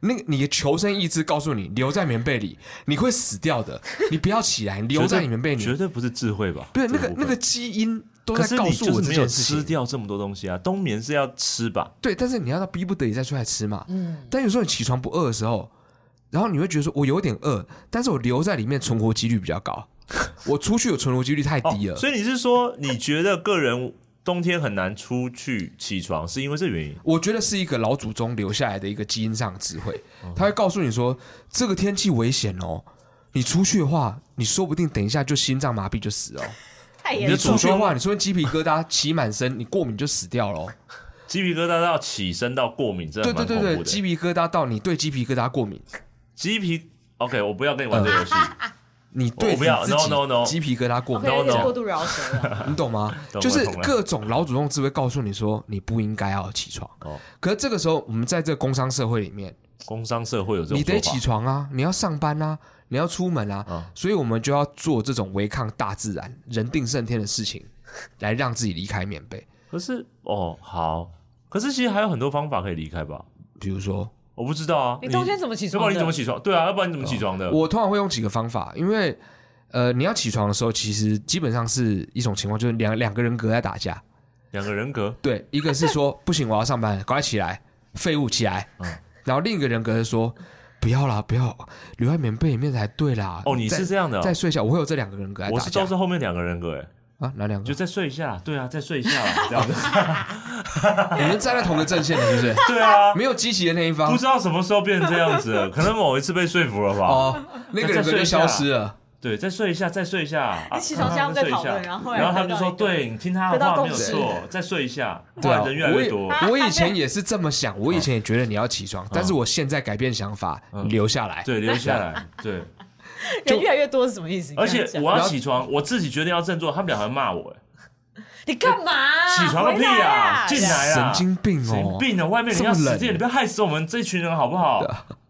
[SPEAKER 3] 那个你的求生意志告诉你，留在棉被里你会死掉的，你不要起来，留在棉
[SPEAKER 2] <laughs>
[SPEAKER 3] 被
[SPEAKER 2] 绝
[SPEAKER 3] 里。
[SPEAKER 2] 对不是智慧吧？
[SPEAKER 3] 不是那
[SPEAKER 2] 这
[SPEAKER 3] 个
[SPEAKER 2] 部
[SPEAKER 3] 那
[SPEAKER 2] 分
[SPEAKER 3] 个，基因都
[SPEAKER 2] 可
[SPEAKER 3] 在
[SPEAKER 2] 是
[SPEAKER 3] 告
[SPEAKER 2] 你
[SPEAKER 3] 诉
[SPEAKER 2] 就
[SPEAKER 3] 我
[SPEAKER 2] 是
[SPEAKER 3] 这
[SPEAKER 2] 没有
[SPEAKER 3] 件事
[SPEAKER 2] 吃
[SPEAKER 3] 情。
[SPEAKER 2] 掉这么多东西啊，冬眠是要吃吧？
[SPEAKER 3] 对，但是你要到逼不得已再出来吃嘛。但有时候你起床不饿的时候，然后你会觉得说我有点饿，但是我留在里面存活几率比较高， <laughs> 我出去的存活几率太
[SPEAKER 2] 哦
[SPEAKER 3] 低了。，
[SPEAKER 2] 所以你是说你觉得个人冬天很难出去起床，是因为这原因？
[SPEAKER 3] 我觉得是一个老祖宗留下来的一个基因上的智慧，
[SPEAKER 2] 哦
[SPEAKER 3] 他会告诉你说这个天气危险哦，你出去的话，你说不定等一下就心脏麻痹就死了哦。
[SPEAKER 1] 太
[SPEAKER 2] 你
[SPEAKER 1] 严
[SPEAKER 2] 的
[SPEAKER 3] 你
[SPEAKER 1] 重
[SPEAKER 3] 出去的
[SPEAKER 2] 祖宗
[SPEAKER 3] 话，你说鸡皮疙瘩起满身，你过敏就死
[SPEAKER 2] <laughs>
[SPEAKER 3] 掉了哦。
[SPEAKER 2] 鸡皮疙瘩到起身到过敏，真的
[SPEAKER 3] 对
[SPEAKER 2] 蛮
[SPEAKER 3] 对
[SPEAKER 2] 恐
[SPEAKER 3] 对
[SPEAKER 2] 怖的。
[SPEAKER 3] 对，鸡皮疙瘩到你对鸡皮疙瘩过敏，
[SPEAKER 2] 鸡皮，OK，我不要跟你玩这个游戏。
[SPEAKER 3] 嗯你对
[SPEAKER 2] 我不要
[SPEAKER 3] 你自己
[SPEAKER 2] no, no, no
[SPEAKER 3] 鸡皮疙瘩过
[SPEAKER 1] OK，
[SPEAKER 3] 敏，
[SPEAKER 2] No,
[SPEAKER 1] 有
[SPEAKER 2] no
[SPEAKER 1] 点过度饶舌
[SPEAKER 3] <laughs>
[SPEAKER 1] 了。
[SPEAKER 3] 你懂吗？
[SPEAKER 2] <laughs> 懂
[SPEAKER 3] 就是
[SPEAKER 2] 懂了
[SPEAKER 3] 各种老祖宗智慧告诉你说你不应该要起床。
[SPEAKER 2] 哦，
[SPEAKER 3] 可是这个时候，我们在这个工商社会里面，
[SPEAKER 2] 工商社会有这种
[SPEAKER 3] 你得
[SPEAKER 2] 说法
[SPEAKER 3] 起床啊，你要上班啊，你要出门啊，
[SPEAKER 2] 啊
[SPEAKER 3] 所以我们就要做这种违抗大自然、人定胜天的事情，来让自己离开棉被。
[SPEAKER 2] 可是哦，好，可是其实还有很多方法可以离开吧？
[SPEAKER 3] 比如说，
[SPEAKER 2] 我不知道啊。
[SPEAKER 1] 你冬天怎么起
[SPEAKER 2] 要不
[SPEAKER 1] 床
[SPEAKER 2] 然你怎么
[SPEAKER 1] 的？
[SPEAKER 2] 起床？对啊，要不然你怎么起床的？
[SPEAKER 3] 哦我通常会用几个方法，因为呃，你要起床的时候，其实基本上是一种情况，就是两两个人格在打架。
[SPEAKER 2] 两个人格
[SPEAKER 3] 对，一个是说不行，我要上班了，赶快起
[SPEAKER 2] 嗯
[SPEAKER 3] 来，废物起来。然后另一个人格是说不要啦，不要留在棉被里面才对啦。
[SPEAKER 2] 哦，你是
[SPEAKER 3] 再
[SPEAKER 2] 这样的哦，
[SPEAKER 3] 再睡一下，我会有这两个人格在
[SPEAKER 2] 我
[SPEAKER 3] 打
[SPEAKER 2] 是都
[SPEAKER 3] 架
[SPEAKER 2] 是后面两个人格，哎，
[SPEAKER 3] 啊？哪两个
[SPEAKER 2] 就？再睡一下，对啊，再睡一下啦，
[SPEAKER 3] <laughs>
[SPEAKER 2] 这样子，
[SPEAKER 3] 啊你们站在同个阵线的，是不
[SPEAKER 2] <laughs>
[SPEAKER 3] 是？
[SPEAKER 2] 对啊，
[SPEAKER 3] 没有积极的那一
[SPEAKER 2] 不
[SPEAKER 3] 方
[SPEAKER 2] 知道什么时候变成这样子了，可能某一次被说服了吧？
[SPEAKER 3] 哦，那个人格就消失了。
[SPEAKER 2] 对，再睡一下，再睡一下，啊
[SPEAKER 1] 你起床前他们在讨论
[SPEAKER 2] 然
[SPEAKER 1] 然后
[SPEAKER 2] 然后他们就
[SPEAKER 1] 来到
[SPEAKER 2] 说，
[SPEAKER 1] 一个
[SPEAKER 2] 对你听他
[SPEAKER 1] 得
[SPEAKER 2] 的
[SPEAKER 1] 到
[SPEAKER 2] 话
[SPEAKER 1] 共
[SPEAKER 2] 没有
[SPEAKER 1] 识
[SPEAKER 2] 错，再睡一下，不
[SPEAKER 3] 对啊，
[SPEAKER 2] 然人越来越多。
[SPEAKER 3] 我也我以前也是这么想，我以前也觉得你要起床，但是我现在改变想法，
[SPEAKER 2] 嗯
[SPEAKER 3] 留下来。
[SPEAKER 2] 对，留下来。对，
[SPEAKER 1] 人越来越多是什么意思？你
[SPEAKER 2] 而
[SPEAKER 1] 这
[SPEAKER 2] 且
[SPEAKER 1] 样讲
[SPEAKER 2] 我要起床，我自己决定要振作，他们俩还骂我，
[SPEAKER 3] 哦
[SPEAKER 2] 哎，
[SPEAKER 1] 你干嘛？
[SPEAKER 2] 起床个屁
[SPEAKER 1] 回来
[SPEAKER 2] 啊
[SPEAKER 1] 啊！
[SPEAKER 2] 进来啊
[SPEAKER 3] 神经病
[SPEAKER 2] 神经
[SPEAKER 3] 哦！
[SPEAKER 2] 病啊！外面人
[SPEAKER 3] 这
[SPEAKER 2] 家
[SPEAKER 3] 么
[SPEAKER 2] 死
[SPEAKER 3] 冷啊
[SPEAKER 2] 店，你不要害死我们这群人好不好？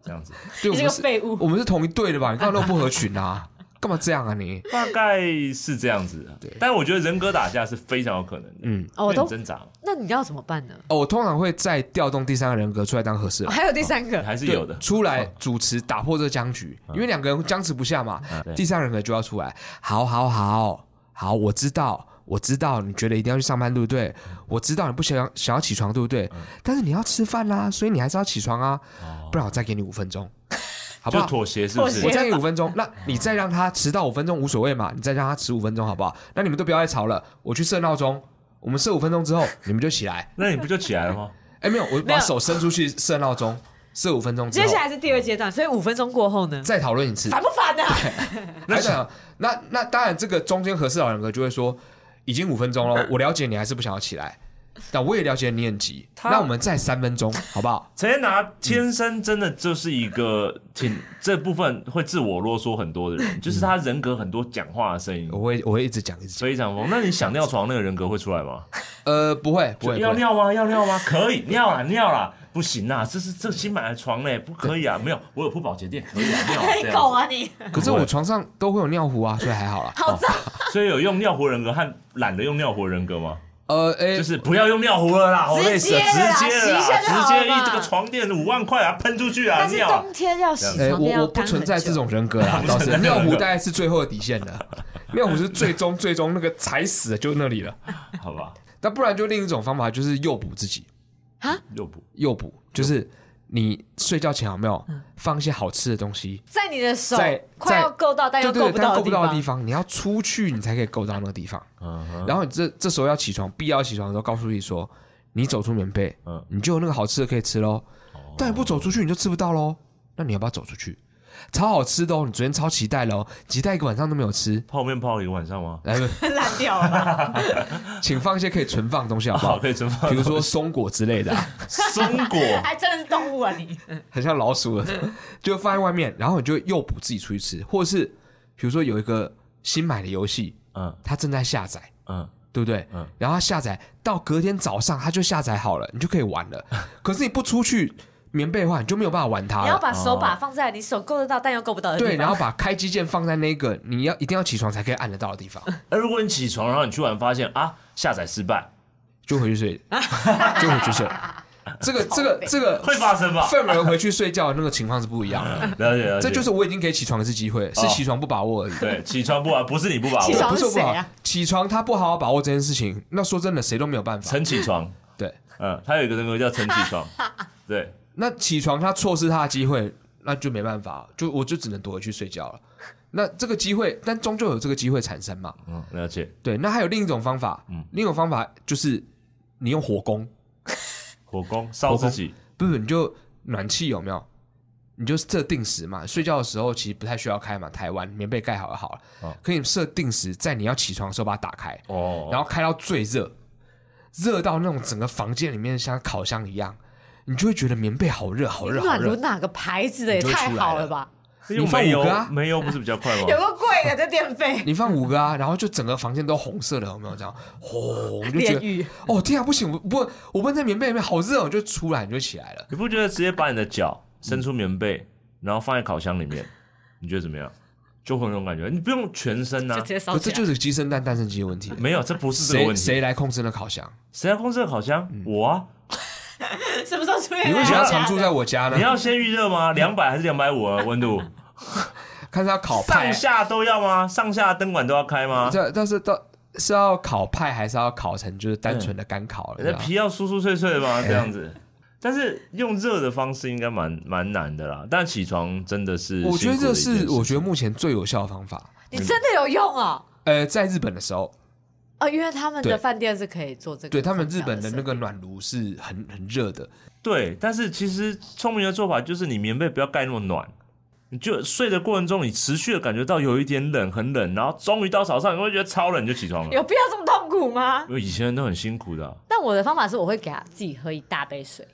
[SPEAKER 2] 这样子，
[SPEAKER 3] 对，我
[SPEAKER 1] 你这个
[SPEAKER 3] 们是，
[SPEAKER 1] 废物。
[SPEAKER 3] 我们是同一队的吧？你干嘛那么不合群啊？干嘛这样啊你？
[SPEAKER 2] 大概是这样子。啊但我觉得人格打架是非常有可能的，
[SPEAKER 3] 嗯，
[SPEAKER 1] 哦，我
[SPEAKER 2] 因为
[SPEAKER 1] 都
[SPEAKER 2] 你挣扎嘛，
[SPEAKER 1] 那你要怎么办呢？
[SPEAKER 3] 哦，我通常会再调动第三个人格出来当合适
[SPEAKER 1] 哦 <laughs>
[SPEAKER 3] 人，
[SPEAKER 1] 还有第三个，
[SPEAKER 2] 还啊是
[SPEAKER 3] 对
[SPEAKER 2] 有的。哦
[SPEAKER 3] 出来主持打破这个僵局，因为两个人僵持不下嘛
[SPEAKER 2] 嗯对，
[SPEAKER 3] 第三个人格就要出来。好好好好，我知道。我知道你觉得一定要去上班，对不对？
[SPEAKER 2] 嗯
[SPEAKER 3] 我知道你不想想要起床，对不对？但是你要吃饭啦，所以你还是要起床啊，不然我再给你五分
[SPEAKER 2] <laughs>
[SPEAKER 3] 钟，好
[SPEAKER 2] 哦
[SPEAKER 3] 不
[SPEAKER 2] 就
[SPEAKER 3] 好？
[SPEAKER 2] 妥协是不是
[SPEAKER 1] 妥
[SPEAKER 3] 我
[SPEAKER 1] 协？
[SPEAKER 3] 再给你五分钟，那你再让他迟到五分钟无所谓嘛，你再让他迟五分钟好不好？那你们都不要再吵了，我去设闹钟，我们设五分钟之后你们就起来。
[SPEAKER 2] 那你不就起来了吗？ <laughs>
[SPEAKER 3] 哎，没有，我
[SPEAKER 1] 没有
[SPEAKER 3] 把手伸出去设闹钟，设五分钟之
[SPEAKER 1] 接
[SPEAKER 3] 后
[SPEAKER 1] 下来是第二阶段，所以五分钟过后呢，
[SPEAKER 3] 再讨论一次。
[SPEAKER 1] 烦不烦啊
[SPEAKER 2] <laughs>
[SPEAKER 1] 呢？
[SPEAKER 3] 还想那那当然，这个中间合适老人格就会说，已经五分钟了，我了解你还是不想要起来，那我也了解你很急，
[SPEAKER 2] 他
[SPEAKER 3] 那我们再三分钟好
[SPEAKER 1] <laughs>
[SPEAKER 3] 不好？
[SPEAKER 2] 陈彦达天生真的就是一个挺这部分会自我啰嗦很多的人，就是他人格很多讲话的声音
[SPEAKER 3] 我会我会一直讲一直讲，
[SPEAKER 2] 非常疯。那你想尿床那个人格会出来吗？
[SPEAKER 3] 呃，不会不会不
[SPEAKER 2] 要
[SPEAKER 3] 会，
[SPEAKER 2] 尿吗？要尿吗？可以尿啦，尿啦，不行啦，这是这新买的床嘞，不可以啊，没有，我有铺保洁垫，可以
[SPEAKER 1] <laughs>
[SPEAKER 2] 啊，尿啊这
[SPEAKER 1] 你
[SPEAKER 2] 样
[SPEAKER 1] 狗啊你！
[SPEAKER 3] 可是我床上都会有尿壶啊，所以还
[SPEAKER 1] <laughs>
[SPEAKER 3] 好啦。
[SPEAKER 1] 好
[SPEAKER 2] <laughs>
[SPEAKER 1] 脏，
[SPEAKER 2] 所以有用尿壶人格和懒得用尿壶人格吗？
[SPEAKER 3] 呃，哎、
[SPEAKER 2] 就是不要用尿壶了啦，我累死了，
[SPEAKER 1] 直接啦
[SPEAKER 2] 直接了
[SPEAKER 1] 洗一下就
[SPEAKER 2] 啦，直
[SPEAKER 1] 好了
[SPEAKER 2] 接
[SPEAKER 1] 嘛
[SPEAKER 2] 一这个床垫五万块啊，喷出去啊，
[SPEAKER 1] 但是
[SPEAKER 2] 尿啊
[SPEAKER 1] 冬天要洗
[SPEAKER 3] 哎、
[SPEAKER 1] 床垫
[SPEAKER 3] 我
[SPEAKER 1] 要
[SPEAKER 3] 我不
[SPEAKER 1] 干
[SPEAKER 3] 存
[SPEAKER 1] 很
[SPEAKER 3] 在这
[SPEAKER 1] 久。
[SPEAKER 3] 种人格
[SPEAKER 2] <laughs>
[SPEAKER 3] 啦，倒是尿壶大概是最后的底线了， <laughs> 尿壶是最终最终那个踩死的就那里了。
[SPEAKER 2] 好吧，
[SPEAKER 3] 那不然就另一种方法就是诱捕自己，
[SPEAKER 2] 又不
[SPEAKER 3] 诱捕就是你睡觉前有没有
[SPEAKER 1] 嗯
[SPEAKER 3] 放一些好吃的东西？
[SPEAKER 1] 在你的手
[SPEAKER 3] 在
[SPEAKER 1] 快要
[SPEAKER 3] 在
[SPEAKER 1] 够到，但
[SPEAKER 3] 对
[SPEAKER 1] 又
[SPEAKER 3] 对
[SPEAKER 1] 够
[SPEAKER 3] 对，
[SPEAKER 1] 不
[SPEAKER 3] 但
[SPEAKER 1] 到
[SPEAKER 3] 够不到的地
[SPEAKER 1] 地方。
[SPEAKER 3] 方，你要出去你才可以够到那个地方。
[SPEAKER 2] 嗯哼
[SPEAKER 3] 然后你这这时候要起床，必要起床的时候，告诉自己说，你走出棉被，
[SPEAKER 2] 嗯哦
[SPEAKER 3] 你就有那个好吃的可以吃喽。但你不走出去，你就吃不到喽。那你要不要走出去？超好吃的哦，你昨天超期待喽，期待一个晚上都没有吃。
[SPEAKER 2] 泡面泡了一个晚上吗？
[SPEAKER 3] 来，
[SPEAKER 1] <laughs> 烂掉了吧，
[SPEAKER 3] 请放一些可以存放的东西好
[SPEAKER 2] <laughs>
[SPEAKER 3] 不
[SPEAKER 2] 好，
[SPEAKER 3] 好？
[SPEAKER 2] 可以存放
[SPEAKER 3] 比如说松果之类的啊、
[SPEAKER 2] 松
[SPEAKER 3] <laughs>
[SPEAKER 2] 果，
[SPEAKER 1] 还真的是动物啊你！
[SPEAKER 3] 很像老鼠
[SPEAKER 1] 嗯
[SPEAKER 3] 的， <laughs> 就放在外面，然后你就诱捕自己出去吃，或者是比如说有一个新买的游戏，
[SPEAKER 2] 嗯
[SPEAKER 3] 它正在下载，
[SPEAKER 2] 嗯，
[SPEAKER 3] 对不对？
[SPEAKER 2] 嗯
[SPEAKER 3] 然后它下载到隔天早上，它就下载好了，你就可以
[SPEAKER 2] <laughs>
[SPEAKER 3] 玩了。可是你不出去棉被的话，你就没有办法玩它
[SPEAKER 1] 你要
[SPEAKER 3] 了。
[SPEAKER 1] 把手把放在你手够得到但又够不到的地方。
[SPEAKER 3] 哎哦对，然后把开机键放在那个你要一定要起床才可以按得到的地
[SPEAKER 1] <laughs>
[SPEAKER 3] 方，
[SPEAKER 2] 那哎如果你起床，然后你去玩，发现啊下载失败，
[SPEAKER 1] <laughs>
[SPEAKER 3] 就回去睡，就回去睡。这个这个这个
[SPEAKER 2] 会发生吧？
[SPEAKER 3] 愤而回去睡觉的那个情况是不一样的。
[SPEAKER 2] <laughs> 了解了解，
[SPEAKER 3] 这就是我已经给起床一次机会，是起床不把握而已。
[SPEAKER 2] 对起床不啊，不是你不把
[SPEAKER 1] 起
[SPEAKER 2] 握，
[SPEAKER 1] 床
[SPEAKER 3] 不是我不好
[SPEAKER 1] 是谁啊，
[SPEAKER 3] 起床他不好好把握这件事情，那说真的，谁都没有办法。
[SPEAKER 2] 晨起床，
[SPEAKER 3] 对，
[SPEAKER 2] 嗯，他有一个人格叫晨起
[SPEAKER 1] <laughs>
[SPEAKER 2] 床，对，
[SPEAKER 3] 那起床他错失他的机会，那就没办法，就我就只能躲回去睡觉了。那这个机会，但终究有这个机会产生嘛？
[SPEAKER 2] 嗯，了解
[SPEAKER 3] 对，那还有另一种方法，
[SPEAKER 2] 嗯
[SPEAKER 3] 另一种方法就是你用火攻，
[SPEAKER 2] 火攻烧自己，
[SPEAKER 3] 不是你就暖气有没有？你就设定时嘛，睡觉的时候其实不太需要开嘛，台湾棉被盖好了好了，
[SPEAKER 2] 哦
[SPEAKER 3] 可以设定时，在你要起床的时候把它打开，
[SPEAKER 2] 哦，
[SPEAKER 3] 然后开到最热，热到那种整个房间里面像烤箱一样，你就会觉得棉被好热好热好
[SPEAKER 1] 暖炉
[SPEAKER 3] 热。
[SPEAKER 1] 哪个牌子的也
[SPEAKER 3] 你就会
[SPEAKER 1] 太
[SPEAKER 3] 出来
[SPEAKER 1] 好
[SPEAKER 3] 了
[SPEAKER 1] 了吧？
[SPEAKER 2] 用
[SPEAKER 3] 你放
[SPEAKER 2] 煤
[SPEAKER 3] 五
[SPEAKER 2] 油
[SPEAKER 3] 个啊，
[SPEAKER 2] 煤油不是比较快吗？
[SPEAKER 1] <laughs> 有个贵的这电费，
[SPEAKER 3] 你放五个啊，然后就整个房间都红色的，有没有
[SPEAKER 1] <laughs>
[SPEAKER 3] 这样？哦，我就觉
[SPEAKER 1] 炼
[SPEAKER 3] 得，
[SPEAKER 1] 狱
[SPEAKER 3] 哦天啊，不行，我不我不能在棉被里面，好热，我就出来，你就起来了。
[SPEAKER 2] 你不觉得直接把你的脚伸出棉被，然后放在烤箱里面，你觉得怎么样？就会有那种感觉，你不用全身呐、
[SPEAKER 1] 就直接
[SPEAKER 3] 可
[SPEAKER 1] 烧起
[SPEAKER 3] 这
[SPEAKER 1] 来。
[SPEAKER 3] 就是鸡生蛋，蛋生鸡的问题。
[SPEAKER 2] 没有，这不是这个
[SPEAKER 3] 谁
[SPEAKER 2] 问题。
[SPEAKER 3] 谁嗯来控制那烤箱？
[SPEAKER 2] 谁要控制烤箱？我啊，
[SPEAKER 1] 什么时候出现？
[SPEAKER 3] 你为什么要常住在
[SPEAKER 1] 我
[SPEAKER 3] 我家呢
[SPEAKER 2] 你？要先预热吗？两百还是两百五啊？温
[SPEAKER 3] <laughs>
[SPEAKER 2] 度
[SPEAKER 3] 看是要烤派
[SPEAKER 2] 上，下都要吗？上下灯管都要开吗？
[SPEAKER 3] 这但是到是要烤派还是要烤成就是单纯的干烤了？
[SPEAKER 2] 哎那皮要酥酥脆脆的吗？这样
[SPEAKER 3] <laughs>
[SPEAKER 2] 子。但是用热的方式应该蛮蛮难的啦，但起床真的是
[SPEAKER 3] 我觉
[SPEAKER 2] 辛
[SPEAKER 3] 得
[SPEAKER 2] 苦
[SPEAKER 3] 这
[SPEAKER 2] 的一件事
[SPEAKER 3] 是我觉得目前最有效的方法。
[SPEAKER 1] 你真的有用哦？
[SPEAKER 3] 呃，在日本的时候，
[SPEAKER 1] 哦，因为他们
[SPEAKER 3] 对
[SPEAKER 1] 的饭店是可以做这个。
[SPEAKER 3] 对他们日本的那个暖炉是很很热的，
[SPEAKER 2] 对，但是其实聪明的做法就是你棉被不要盖那么暖，你就睡的过程中，你持续的感觉到有一点冷，很冷，然后终于到早上，你会觉得超冷，你就起床了。
[SPEAKER 1] 有必要这么痛苦吗？
[SPEAKER 2] 因为以前人都很辛苦的啊、
[SPEAKER 1] 但我的方法是，我会给他自己喝一大杯水，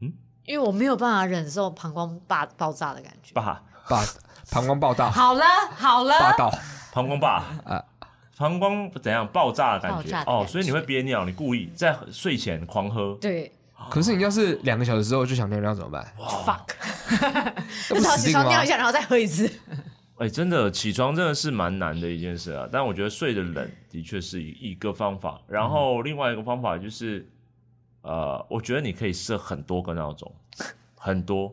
[SPEAKER 2] 嗯
[SPEAKER 1] 因为我没有办法忍受膀胱爆爆炸的感觉。
[SPEAKER 2] 爸，
[SPEAKER 3] 把膀胱爆到
[SPEAKER 1] 好啊了好
[SPEAKER 3] 霸
[SPEAKER 1] 了，
[SPEAKER 3] 道，
[SPEAKER 2] 膀胱爸
[SPEAKER 3] 啊
[SPEAKER 2] 膀胱怎样爆炸的感
[SPEAKER 1] 爆
[SPEAKER 2] 觉
[SPEAKER 1] 炸的
[SPEAKER 2] 哦，
[SPEAKER 1] 感
[SPEAKER 2] 所以你会
[SPEAKER 1] 觉
[SPEAKER 2] 憋尿，你故意在睡前狂喝，
[SPEAKER 1] 对
[SPEAKER 3] 可是你要是两个小时之后就想尿尿怎么办？
[SPEAKER 1] ，fuck， <laughs>
[SPEAKER 3] 那
[SPEAKER 1] 至
[SPEAKER 3] 不
[SPEAKER 1] 少起
[SPEAKER 3] 死定了
[SPEAKER 1] 床
[SPEAKER 3] 吗
[SPEAKER 1] 尿一？下，然后再喝一次。
[SPEAKER 2] 哎、真的起床真的是蛮难的一件事啊。但我觉得睡得冷的确是一一个方法，然后另外一个方法就是，呃，我觉得你可以设很多个闹钟，很多，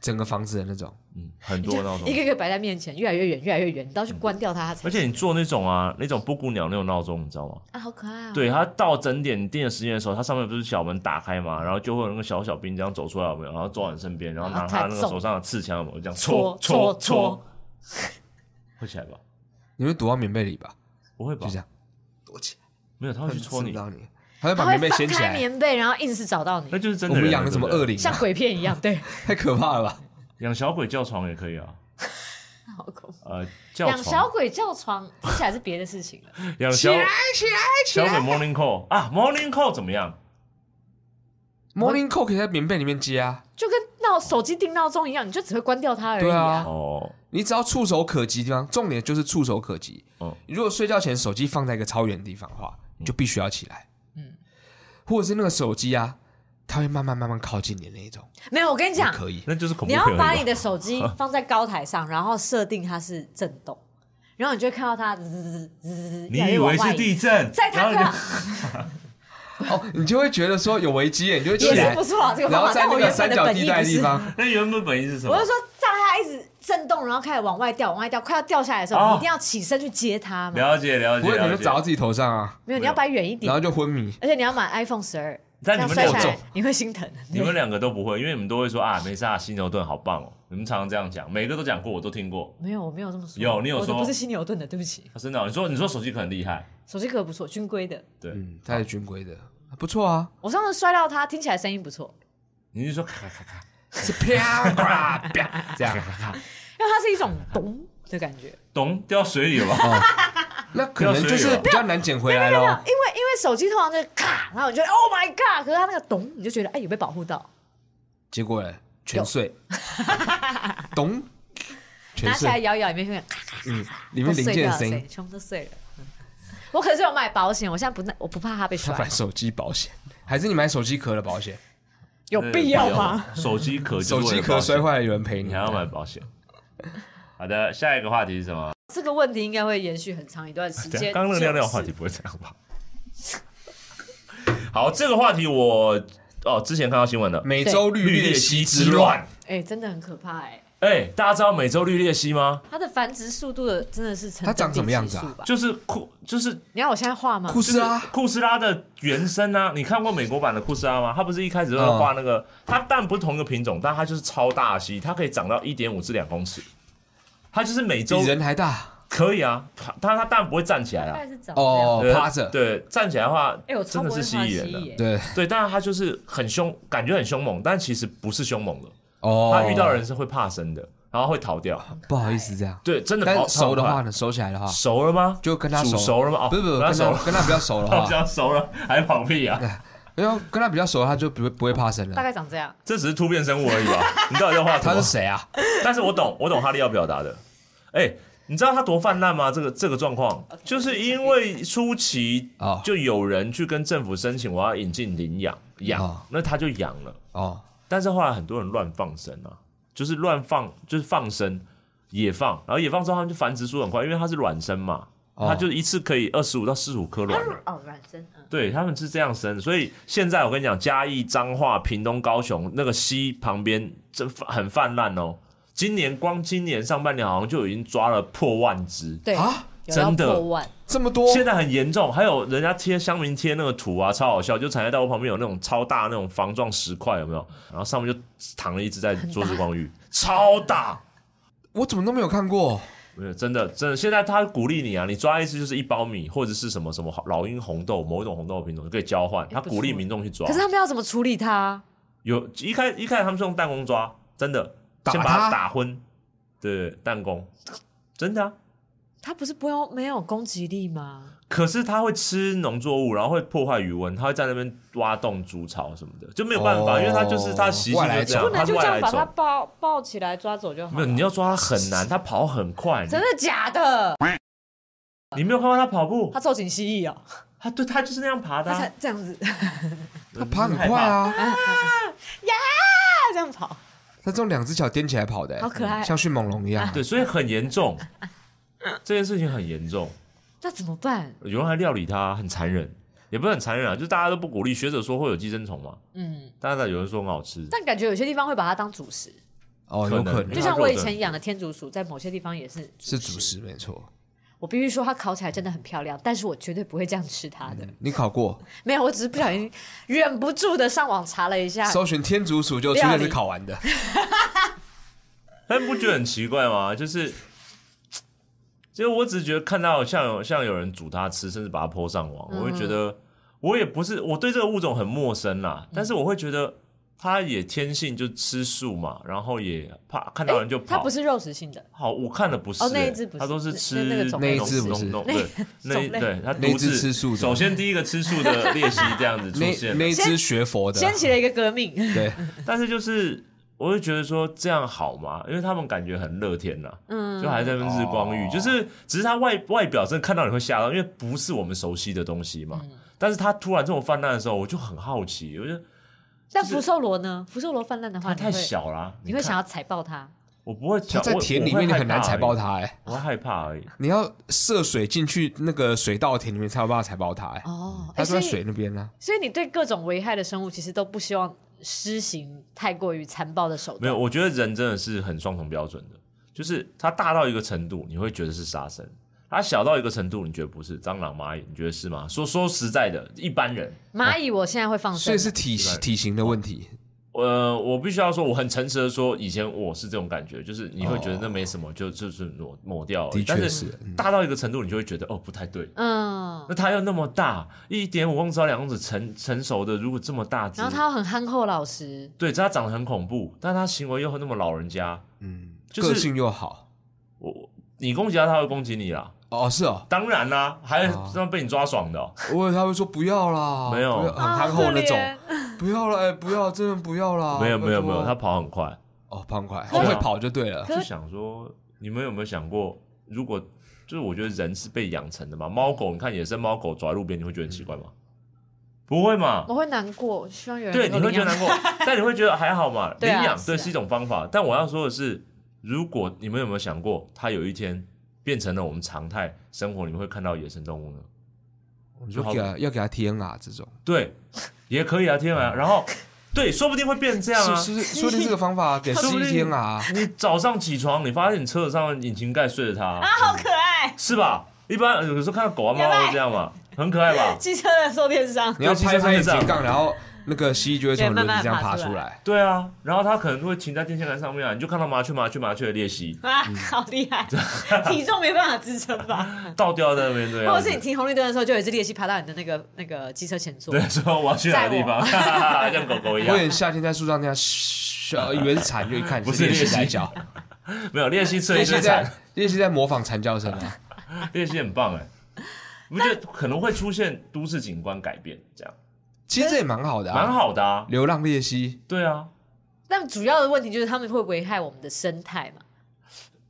[SPEAKER 3] 整个房子的那种，嗯
[SPEAKER 2] 嗯，很多闹钟
[SPEAKER 1] 一，个一个摆在面前，越来越远，越来越远，你到去关掉它，它才
[SPEAKER 2] 而且你做那种啊，那种布谷鸟那种闹钟，你知道吗？
[SPEAKER 1] 啊，好可爱、哦。，
[SPEAKER 2] 对，它到整点你定的时间的时候，它上面不是小门打开嘛，然后就会有那个小小兵这样走出来，有没有？然后走到你身边，然后拿他那个手上的刺枪，有没有？这样戳
[SPEAKER 1] 戳
[SPEAKER 2] 戳
[SPEAKER 1] 戳
[SPEAKER 2] 戳，会起来吧？
[SPEAKER 3] 你会躲到棉被里吧？
[SPEAKER 2] 不会吧
[SPEAKER 3] 就这？样躲起来，
[SPEAKER 2] 没有，他会去戳
[SPEAKER 3] 他们
[SPEAKER 2] 你
[SPEAKER 3] 吃不，到你，他会
[SPEAKER 1] 它
[SPEAKER 3] 把
[SPEAKER 1] 会
[SPEAKER 3] 棉被
[SPEAKER 1] 翻
[SPEAKER 3] 掀起
[SPEAKER 1] 开
[SPEAKER 3] 来。
[SPEAKER 1] 棉被，然后硬是找到
[SPEAKER 2] 那
[SPEAKER 1] 你，
[SPEAKER 2] 就是真
[SPEAKER 3] 我
[SPEAKER 2] 的人了。
[SPEAKER 3] 们养了什么
[SPEAKER 2] 对不对
[SPEAKER 3] 恶灵啊？
[SPEAKER 1] 像鬼片一样。
[SPEAKER 3] <laughs>
[SPEAKER 1] 对，
[SPEAKER 3] 太可怕了吧？
[SPEAKER 2] 养小鬼叫床也可以啊，
[SPEAKER 1] 好恐怖。
[SPEAKER 2] 呃，叫
[SPEAKER 1] 养小
[SPEAKER 2] 床，
[SPEAKER 1] 鬼叫床，听起来是别的事情了。
[SPEAKER 2] 养
[SPEAKER 3] 起
[SPEAKER 2] 小
[SPEAKER 3] 来，起来，起
[SPEAKER 2] 小鬼
[SPEAKER 3] 来
[SPEAKER 2] morning call 啊，morning call 怎么样？
[SPEAKER 3] ！Morning call 可以在棉被里面接啊，
[SPEAKER 1] 就跟闹手机定闹钟一样，你就只会关掉它而已
[SPEAKER 3] 对啊
[SPEAKER 2] 哦，
[SPEAKER 3] 你只要触手可及的地方，重点就是触手可及。
[SPEAKER 2] 嗯
[SPEAKER 3] 你如果睡觉前手机放在一个超远的地方的话，你就必须要起来。
[SPEAKER 1] 嗯
[SPEAKER 3] 或者是那个手机啊，它会慢慢慢慢靠近你的那一种，
[SPEAKER 1] 没有，我跟你
[SPEAKER 3] 也
[SPEAKER 1] 讲，
[SPEAKER 3] 可以。啊
[SPEAKER 2] 那就是恐
[SPEAKER 1] 你
[SPEAKER 2] 怖片
[SPEAKER 1] 要
[SPEAKER 2] 而已
[SPEAKER 1] 把
[SPEAKER 2] 吧。
[SPEAKER 1] 你的手机放在高台上，然后设定它是震动，然后你就会看到它滋滋滋滋，
[SPEAKER 2] 你
[SPEAKER 1] 越来越
[SPEAKER 2] 以
[SPEAKER 1] 往
[SPEAKER 2] 为
[SPEAKER 1] 外
[SPEAKER 2] 是
[SPEAKER 1] 移
[SPEAKER 2] 地震，
[SPEAKER 1] 在
[SPEAKER 2] 然
[SPEAKER 1] 它
[SPEAKER 2] 后你就
[SPEAKER 1] 这
[SPEAKER 3] 哦，你就会觉得说有危机耶，
[SPEAKER 1] <laughs>
[SPEAKER 3] 你就会起
[SPEAKER 1] 也
[SPEAKER 3] 来
[SPEAKER 1] 是不，错啊，这个
[SPEAKER 3] 然
[SPEAKER 1] 方法。
[SPEAKER 3] 后在
[SPEAKER 1] 但
[SPEAKER 3] 那
[SPEAKER 1] 我
[SPEAKER 3] 个
[SPEAKER 1] 原本
[SPEAKER 3] 三
[SPEAKER 1] 的
[SPEAKER 3] 角
[SPEAKER 1] 本
[SPEAKER 3] 地
[SPEAKER 1] 意
[SPEAKER 3] 带
[SPEAKER 1] 不
[SPEAKER 3] 的地
[SPEAKER 1] 是，
[SPEAKER 3] 方，
[SPEAKER 2] 那原本本意是什么
[SPEAKER 1] 我是？说，在它一直震动，然后开始往外掉，往外掉，快要掉下来的时候，
[SPEAKER 2] 哦
[SPEAKER 1] 你一定要起身去接它嘛。
[SPEAKER 2] 了解了
[SPEAKER 3] 不
[SPEAKER 2] 解
[SPEAKER 3] 会你
[SPEAKER 2] 了
[SPEAKER 3] 就
[SPEAKER 2] 解
[SPEAKER 3] 砸到。自己头上
[SPEAKER 1] <laughs>
[SPEAKER 3] 啊，
[SPEAKER 1] 没有，你要摆远一点
[SPEAKER 3] 然，后就昏迷。
[SPEAKER 1] 而且你要买 iPhone 十二，这
[SPEAKER 2] 但你
[SPEAKER 1] 样
[SPEAKER 2] 们
[SPEAKER 1] 摔
[SPEAKER 2] 两
[SPEAKER 1] 下
[SPEAKER 2] 个
[SPEAKER 1] 来你会心疼。
[SPEAKER 2] 你们两个都不会，因为你们都会说啊，没事啊，犀牛顿好棒哦。你们常常这样讲，每个都讲过，我都听过。
[SPEAKER 1] 没有，我没有这么说。
[SPEAKER 2] 有你有
[SPEAKER 1] 我的
[SPEAKER 2] 说
[SPEAKER 1] 不是犀牛顿的，对不起，
[SPEAKER 2] 啊真的哦，你说你说手机壳很厉害，
[SPEAKER 1] 手机壳不错，军规的。
[SPEAKER 2] 对，
[SPEAKER 3] 嗯，它是军规的，不错啊，
[SPEAKER 1] 我上次摔到它，听起来声音不错，
[SPEAKER 2] 你是说咔咔咔
[SPEAKER 3] 是啪啪啪
[SPEAKER 1] <laughs>
[SPEAKER 3] 这样。
[SPEAKER 1] 因为它是一种咚的感觉。
[SPEAKER 2] 咚掉水里了吧？
[SPEAKER 3] 那可能就是比较难捡回来
[SPEAKER 2] 哦
[SPEAKER 1] 没有，因
[SPEAKER 3] 咯。
[SPEAKER 1] 为因为手机通常就是咔，然后你就 Oh my God，可是它那个咚，你就觉得哎有被保护到，
[SPEAKER 3] 结果嘞，全
[SPEAKER 1] <laughs>
[SPEAKER 3] 碎，咚，全
[SPEAKER 1] 拿起来
[SPEAKER 3] 碎，
[SPEAKER 1] 摇一摇，里面会咔，
[SPEAKER 3] 嗯，里
[SPEAKER 1] 都
[SPEAKER 3] 面
[SPEAKER 1] 碎
[SPEAKER 3] 零件
[SPEAKER 1] 掉
[SPEAKER 3] 的
[SPEAKER 1] 了，
[SPEAKER 3] 声
[SPEAKER 1] 碎
[SPEAKER 3] 音，
[SPEAKER 1] 全部都碎了。嗯我可是有买保险，我现在不那我不怕它被
[SPEAKER 3] 他
[SPEAKER 1] 摔，
[SPEAKER 3] 买手机保险，还是你买手机壳的保险？
[SPEAKER 1] 有必要吗？？
[SPEAKER 2] 手机壳就是
[SPEAKER 3] 手
[SPEAKER 2] 为了
[SPEAKER 3] 机
[SPEAKER 2] 保
[SPEAKER 3] 壳
[SPEAKER 2] 险
[SPEAKER 3] 摔坏了有人赔你，
[SPEAKER 2] 你还要买保险。好的，下一个话题是什么？
[SPEAKER 1] 这个问题应该会延续很长一段时
[SPEAKER 2] 等一
[SPEAKER 1] 间。
[SPEAKER 2] 下刚 <laughs> 刚那个尿尿话题，不会这样吧？好，这个话题我哦，之前看到新闻的，
[SPEAKER 3] 美洲绿鬣蜥之乱，
[SPEAKER 1] 哎、真的很可怕哎、
[SPEAKER 2] 哎，大家知道美洲绿鬣蜥吗？
[SPEAKER 1] 它的繁殖速度的真的是成
[SPEAKER 3] 它长什么样子啊
[SPEAKER 1] 等比指数吧
[SPEAKER 2] 就是库，就是
[SPEAKER 1] 你要我现在画吗？
[SPEAKER 3] 库
[SPEAKER 2] 就
[SPEAKER 3] 斯拉
[SPEAKER 2] 库斯拉的原声啊。你看过美国版的库斯拉吗？它不是一开始就
[SPEAKER 3] 嗯
[SPEAKER 2] 在画那个，它但不是同一个品种，但它就是超大蜥，它可以长到一点五至两公尺，它就是美洲
[SPEAKER 3] 比人还大
[SPEAKER 2] 可以啊，它它它当然不会站起来
[SPEAKER 1] 大
[SPEAKER 2] 啊
[SPEAKER 1] 概，是长这样
[SPEAKER 3] 哦
[SPEAKER 2] 对，
[SPEAKER 3] 趴着，
[SPEAKER 2] 对，站起来的话，
[SPEAKER 1] 哎、我超
[SPEAKER 2] 真
[SPEAKER 1] 不
[SPEAKER 2] 的
[SPEAKER 1] 会
[SPEAKER 2] 是
[SPEAKER 1] 画
[SPEAKER 2] 蜥
[SPEAKER 1] 蜥
[SPEAKER 2] 蜴人的，
[SPEAKER 1] 蜴、欸，
[SPEAKER 3] 对，
[SPEAKER 2] 对，但是它就是很凶，感觉很凶猛，但其实不是凶猛的，
[SPEAKER 3] 哦，
[SPEAKER 2] 它遇到人是会怕生的，然后会逃掉，
[SPEAKER 3] 不好意思这样，
[SPEAKER 2] 对，真的跑
[SPEAKER 3] 但熟的，
[SPEAKER 2] 跑
[SPEAKER 3] 话
[SPEAKER 2] 很
[SPEAKER 3] 呢，熟起来的话
[SPEAKER 2] 快，熟了吗？
[SPEAKER 3] 就跟他
[SPEAKER 2] 煮熟了吗？哦，
[SPEAKER 3] 不是不是
[SPEAKER 2] 跟他
[SPEAKER 3] 跟
[SPEAKER 2] 熟
[SPEAKER 3] 他
[SPEAKER 2] 了，
[SPEAKER 3] 跟他比较熟的哦
[SPEAKER 2] 他
[SPEAKER 3] 话
[SPEAKER 2] <laughs> 比，较熟了，还跑屁啊？
[SPEAKER 3] 然后跟他比较熟，他就不会不会怕生
[SPEAKER 1] 大
[SPEAKER 3] 了。
[SPEAKER 1] 概长这样。
[SPEAKER 2] 这只是突变生物而已吧？
[SPEAKER 3] <laughs>
[SPEAKER 2] 你到底在画什
[SPEAKER 3] 他是
[SPEAKER 2] 么？
[SPEAKER 3] 谁啊？
[SPEAKER 2] <laughs> 但是我懂，我懂哈利要表达的。哎、你知道他多泛滥吗？这个这个状况，
[SPEAKER 1] OK，
[SPEAKER 2] 就是因为初期
[SPEAKER 3] 哦
[SPEAKER 2] 就有人去跟政府申请，我要引进领养养，
[SPEAKER 3] 哦
[SPEAKER 2] 那他就养了。
[SPEAKER 3] 哦，
[SPEAKER 2] 但是后来很多人乱放生啊，就是乱放，就是放生野放，然后野放之后他们就繁殖速很快，因为它是卵生嘛，
[SPEAKER 3] 哦
[SPEAKER 2] 它就一次可以二十五到四十五颗卵。
[SPEAKER 1] 哦，软身，嗯，
[SPEAKER 2] 对，他们是这样生的，所以现在我跟你讲，嘉义、彰化、屏东、高雄那个溪旁边，这很泛滥哦。今年光今年上半年好像就已经抓了破万只，
[SPEAKER 1] 对
[SPEAKER 3] 啊，
[SPEAKER 1] 有到
[SPEAKER 2] 真的
[SPEAKER 1] 破万，
[SPEAKER 3] 这么多
[SPEAKER 2] 现在很严重。还有人家贴乡民贴那个图啊，超好笑，就产业道路旁边有那种超大那种防撞石块，有没有？然后上面就躺了一只在桌子光浴，超大。
[SPEAKER 3] 我怎么都没有看过？
[SPEAKER 2] 没有，真的，真的，现在他鼓励你啊，你抓一次就是一包米，或者是什么什么老鹰红豆，某一种红豆的品种就可以交换。他鼓励民众去抓。
[SPEAKER 1] 可是他们要怎么处理它？
[SPEAKER 2] 有一开一开始他们是用弹弓抓，真的，
[SPEAKER 3] 打
[SPEAKER 2] 先把它
[SPEAKER 3] 他
[SPEAKER 2] 打昏，对，弹弓，真的啊。
[SPEAKER 1] 它不是不要没有攻击力吗？
[SPEAKER 2] 可是它会吃农作物，然后会破坏余温，它会在那边挖洞筑巢什么的，就没有办法，
[SPEAKER 3] 哦
[SPEAKER 2] 因为它就是它习性
[SPEAKER 3] 外来
[SPEAKER 2] 就这样
[SPEAKER 3] 种，
[SPEAKER 1] 不
[SPEAKER 2] 它
[SPEAKER 1] 能
[SPEAKER 2] 是
[SPEAKER 1] 就这
[SPEAKER 2] 啊
[SPEAKER 1] 样
[SPEAKER 2] 外来
[SPEAKER 1] 把它
[SPEAKER 2] 种。
[SPEAKER 1] 抱抱起来抓走就好
[SPEAKER 2] 没有，
[SPEAKER 1] 了。
[SPEAKER 2] 你要抓它很难，它跑很快。
[SPEAKER 1] 真的假的？
[SPEAKER 2] 你你没有看过它跑步
[SPEAKER 1] 它？凑紧蜥蜴哦，
[SPEAKER 2] 它对，它就是那样爬的
[SPEAKER 1] 它
[SPEAKER 2] 啊。
[SPEAKER 1] 才这样子， <laughs> 它
[SPEAKER 2] 它
[SPEAKER 3] 爬很快！啊，
[SPEAKER 1] 这样跑，
[SPEAKER 3] 他这种两只脚踮起来跑的、
[SPEAKER 1] 好可爱
[SPEAKER 3] 像迅猛龙一样。
[SPEAKER 2] 对，所以很严重，这件事情很严重。
[SPEAKER 1] 那怎么办？
[SPEAKER 2] 有人还料理它，很残忍，也不是很残忍啊，就是大家都不鼓励。学者说会有寄生虫嘛，
[SPEAKER 1] 嗯，
[SPEAKER 2] 但是有人说很好吃，
[SPEAKER 1] 但感觉有些地方会把它当主食，
[SPEAKER 3] 哦，有可
[SPEAKER 2] 可
[SPEAKER 3] 能
[SPEAKER 2] 能
[SPEAKER 1] 就像我以前养的天竺鼠，在某些地方也是
[SPEAKER 3] 是主。食，没错。
[SPEAKER 1] 我必须说，它烤起来真的很漂亮，但是我绝对不会这样吃它的。
[SPEAKER 3] 你考过？
[SPEAKER 1] <laughs> 没有，我只是不小
[SPEAKER 3] <laughs>
[SPEAKER 1] 心忍不住的上网查了一
[SPEAKER 2] 啊
[SPEAKER 1] 下，
[SPEAKER 3] 搜寻天竺鼠就出现是考
[SPEAKER 2] <laughs>
[SPEAKER 3] 完的，
[SPEAKER 2] 但不觉得很奇怪吗？就是，就是我只是觉得看到像有像有人煮它吃，甚至把它泼上网，我会
[SPEAKER 1] 嗯
[SPEAKER 2] 觉得我也不是我对这个物种很陌生啦，但是我会觉得它也天性就吃素嘛，然后也怕看到人就
[SPEAKER 1] 它
[SPEAKER 2] 跑
[SPEAKER 1] 不。是肉食性的，
[SPEAKER 2] 好，我看的不是、欸，
[SPEAKER 1] 哦那一只不是
[SPEAKER 2] 它都是
[SPEAKER 1] 那
[SPEAKER 2] 吃
[SPEAKER 1] 那那个种
[SPEAKER 3] 类
[SPEAKER 2] 农
[SPEAKER 3] 那一只不是
[SPEAKER 1] <laughs>
[SPEAKER 2] 农农对，那一
[SPEAKER 1] 种类
[SPEAKER 2] 对它
[SPEAKER 3] 那一
[SPEAKER 2] 独自
[SPEAKER 3] 只吃素的
[SPEAKER 2] 首先第一个吃素的练习这样子
[SPEAKER 3] <laughs>
[SPEAKER 2] 出
[SPEAKER 3] 那
[SPEAKER 2] 现，
[SPEAKER 3] 那一只学佛的，
[SPEAKER 1] 掀起了一个革命。
[SPEAKER 3] 啊对，啊
[SPEAKER 2] 但是就是，我就觉得说这样好吗？因为他们感觉很乐天呐、
[SPEAKER 1] 嗯
[SPEAKER 2] 就还在那边日光浴，
[SPEAKER 3] 哦
[SPEAKER 2] 就是只是他外外表真的看到你会吓到，因为不是我们熟悉的东西
[SPEAKER 1] 嗯
[SPEAKER 2] 嘛。但是他突然这种泛滥的时候，我就很好奇，我觉得
[SPEAKER 1] 但福寿螺呢？福寿螺泛滥的话，
[SPEAKER 2] 它
[SPEAKER 1] 啊你
[SPEAKER 2] 太
[SPEAKER 1] 会，
[SPEAKER 2] 小啦、
[SPEAKER 1] 你会
[SPEAKER 2] 看
[SPEAKER 1] 想要踩爆它。
[SPEAKER 2] 我不会
[SPEAKER 3] 它
[SPEAKER 2] 想
[SPEAKER 3] 在
[SPEAKER 2] 我
[SPEAKER 3] 田里面你很难踩爆，它哎、
[SPEAKER 2] 我会害怕而已我会害怕而已。
[SPEAKER 3] 你要涉水进去那个水稻田里面才有办法踩爆它哎、
[SPEAKER 1] 哦，
[SPEAKER 3] 它
[SPEAKER 1] 哎
[SPEAKER 3] 是
[SPEAKER 1] 所
[SPEAKER 3] 在
[SPEAKER 1] 以
[SPEAKER 3] 水那边啊呢、
[SPEAKER 1] 所以你对各种危害的生物，其实都不希望施行太过于残暴的手段。
[SPEAKER 2] 没有，我觉得人真的是很双重标准的，就是它大到一个程度，你会觉得是杀生；它小到一个程度，你觉得不是。蟑螂、蚂蚁，你觉得是吗？说说实在的，一般人。
[SPEAKER 1] 蚂蚁，我现在会
[SPEAKER 2] 哦
[SPEAKER 1] 放
[SPEAKER 3] 所
[SPEAKER 1] 生
[SPEAKER 3] 以。是体
[SPEAKER 2] 对
[SPEAKER 3] 体型的问题。
[SPEAKER 2] 呃，我必须要说，我很诚实的说，以前我是这种感觉，就是你会觉得那没什么，就就是抹抹掉而已。
[SPEAKER 3] 的确
[SPEAKER 2] 但
[SPEAKER 3] 是
[SPEAKER 2] 大到一个程度，你就会觉得哦不太对。
[SPEAKER 1] 嗯
[SPEAKER 2] 那，它又那么大，一点五公尺到两公尺成成熟的，如果这么大只
[SPEAKER 1] 然，后它很憨厚老实，
[SPEAKER 2] 对，这它长得很恐怖，但它行为又那么老人家，
[SPEAKER 3] 嗯，
[SPEAKER 2] 就是
[SPEAKER 3] 个性又好。
[SPEAKER 2] 我我你攻击它，它会攻击你啦。
[SPEAKER 3] 哦，是哦，
[SPEAKER 2] 当然啦，还
[SPEAKER 3] 哦
[SPEAKER 2] 让被你抓爽的哦、
[SPEAKER 3] 我以为他会说不要啦，
[SPEAKER 2] 没有
[SPEAKER 3] 不要很
[SPEAKER 1] 啊
[SPEAKER 3] 憨厚那。
[SPEAKER 1] 可
[SPEAKER 3] 种，
[SPEAKER 1] 怜
[SPEAKER 3] 不要了，哎，不要，真的不要啦。
[SPEAKER 2] 没有没有
[SPEAKER 3] 拜
[SPEAKER 2] 没
[SPEAKER 3] 托
[SPEAKER 2] 有，它跑很快。
[SPEAKER 3] 哦，胖快，
[SPEAKER 2] 是
[SPEAKER 3] 哦
[SPEAKER 2] 啊
[SPEAKER 3] 会跑就对了。
[SPEAKER 1] 可
[SPEAKER 2] 就想说，你们有没有想过，如果就是我觉得人是被养成的嘛，猫狗，你看野生猫狗走在路边，你会觉得很奇怪吗？不会嘛？
[SPEAKER 1] 我会难过，希望有人
[SPEAKER 2] 对，你
[SPEAKER 1] 能够
[SPEAKER 2] 会
[SPEAKER 1] 领
[SPEAKER 2] 觉得
[SPEAKER 1] 养
[SPEAKER 2] 难过，但你会觉得还好嘛。领
[SPEAKER 1] <laughs> 对啊
[SPEAKER 2] 养
[SPEAKER 1] 是
[SPEAKER 2] 对
[SPEAKER 1] 啊
[SPEAKER 2] 是一种方法，但我要说的是，如果你们有没有想过，它有一天变成了我们常态生活，你们会看到野生动物呢？
[SPEAKER 3] 你说给他要给他 TNR 这种，
[SPEAKER 2] 对，也可以啊，天然。然后对，说不定会变这样啊。
[SPEAKER 3] 是是是，说的这个方法给
[SPEAKER 2] 说不
[SPEAKER 3] 十一
[SPEAKER 2] 定
[SPEAKER 3] 天啊，
[SPEAKER 2] 你早上起床，你发现你车子上引擎盖睡着它、
[SPEAKER 1] 啊，好可爱！
[SPEAKER 2] 是吧？一般有时候看到狗啊、猫
[SPEAKER 1] 拜
[SPEAKER 2] 啊
[SPEAKER 1] 拜
[SPEAKER 2] 会这样嘛，很可
[SPEAKER 1] <laughs>？
[SPEAKER 2] 爱吧嗯
[SPEAKER 1] 机车的坐垫上，
[SPEAKER 3] 你要
[SPEAKER 2] 对
[SPEAKER 3] 拍拍
[SPEAKER 2] 其实
[SPEAKER 3] 引
[SPEAKER 2] 是这样
[SPEAKER 3] 擎杠，然后那个蜥蜴就会从
[SPEAKER 1] 对慢
[SPEAKER 3] 轮
[SPEAKER 1] 慢
[SPEAKER 3] 子这样
[SPEAKER 1] 爬
[SPEAKER 3] 爬
[SPEAKER 1] 出
[SPEAKER 3] 出
[SPEAKER 1] 来
[SPEAKER 3] 来。
[SPEAKER 2] 对啊，然后它可能会停在电线杆上面啊，你就看到麻雀、麻雀、麻雀的裂隙
[SPEAKER 1] 啊，好厉害！体重没办法支撑
[SPEAKER 2] <laughs>
[SPEAKER 1] 吧？
[SPEAKER 2] 倒吊在那边这
[SPEAKER 1] 嗯或
[SPEAKER 2] 样
[SPEAKER 1] 者是你
[SPEAKER 2] 子。
[SPEAKER 1] 停红绿灯的时候，就有一只猎蜥爬到你的那个那个机车前座
[SPEAKER 2] <laughs> 对，，说我要去哪个地方， <laughs> 像狗狗一
[SPEAKER 3] 我
[SPEAKER 2] 样
[SPEAKER 3] 有。点夏天在树上那样嘘，呃以为是蝉，就一看
[SPEAKER 2] 不是
[SPEAKER 3] 猎蜥
[SPEAKER 2] 猎蜥
[SPEAKER 3] 在叫，
[SPEAKER 2] 没有裂隙吃了
[SPEAKER 3] 猎
[SPEAKER 2] 一
[SPEAKER 3] 蜥
[SPEAKER 2] 只
[SPEAKER 3] 在
[SPEAKER 2] <laughs> 蝉，
[SPEAKER 3] 猎蜥在模仿蝉叫声啊。
[SPEAKER 2] 裂隙很棒哎、你不觉得可能会出现都市景观改变，这样
[SPEAKER 3] 其实这也蛮好的啊，
[SPEAKER 2] 蛮好的啊。
[SPEAKER 3] 流浪猎蜥，
[SPEAKER 2] 对啊，
[SPEAKER 1] 但主要的问题就是他们会危害我们的生态嘛。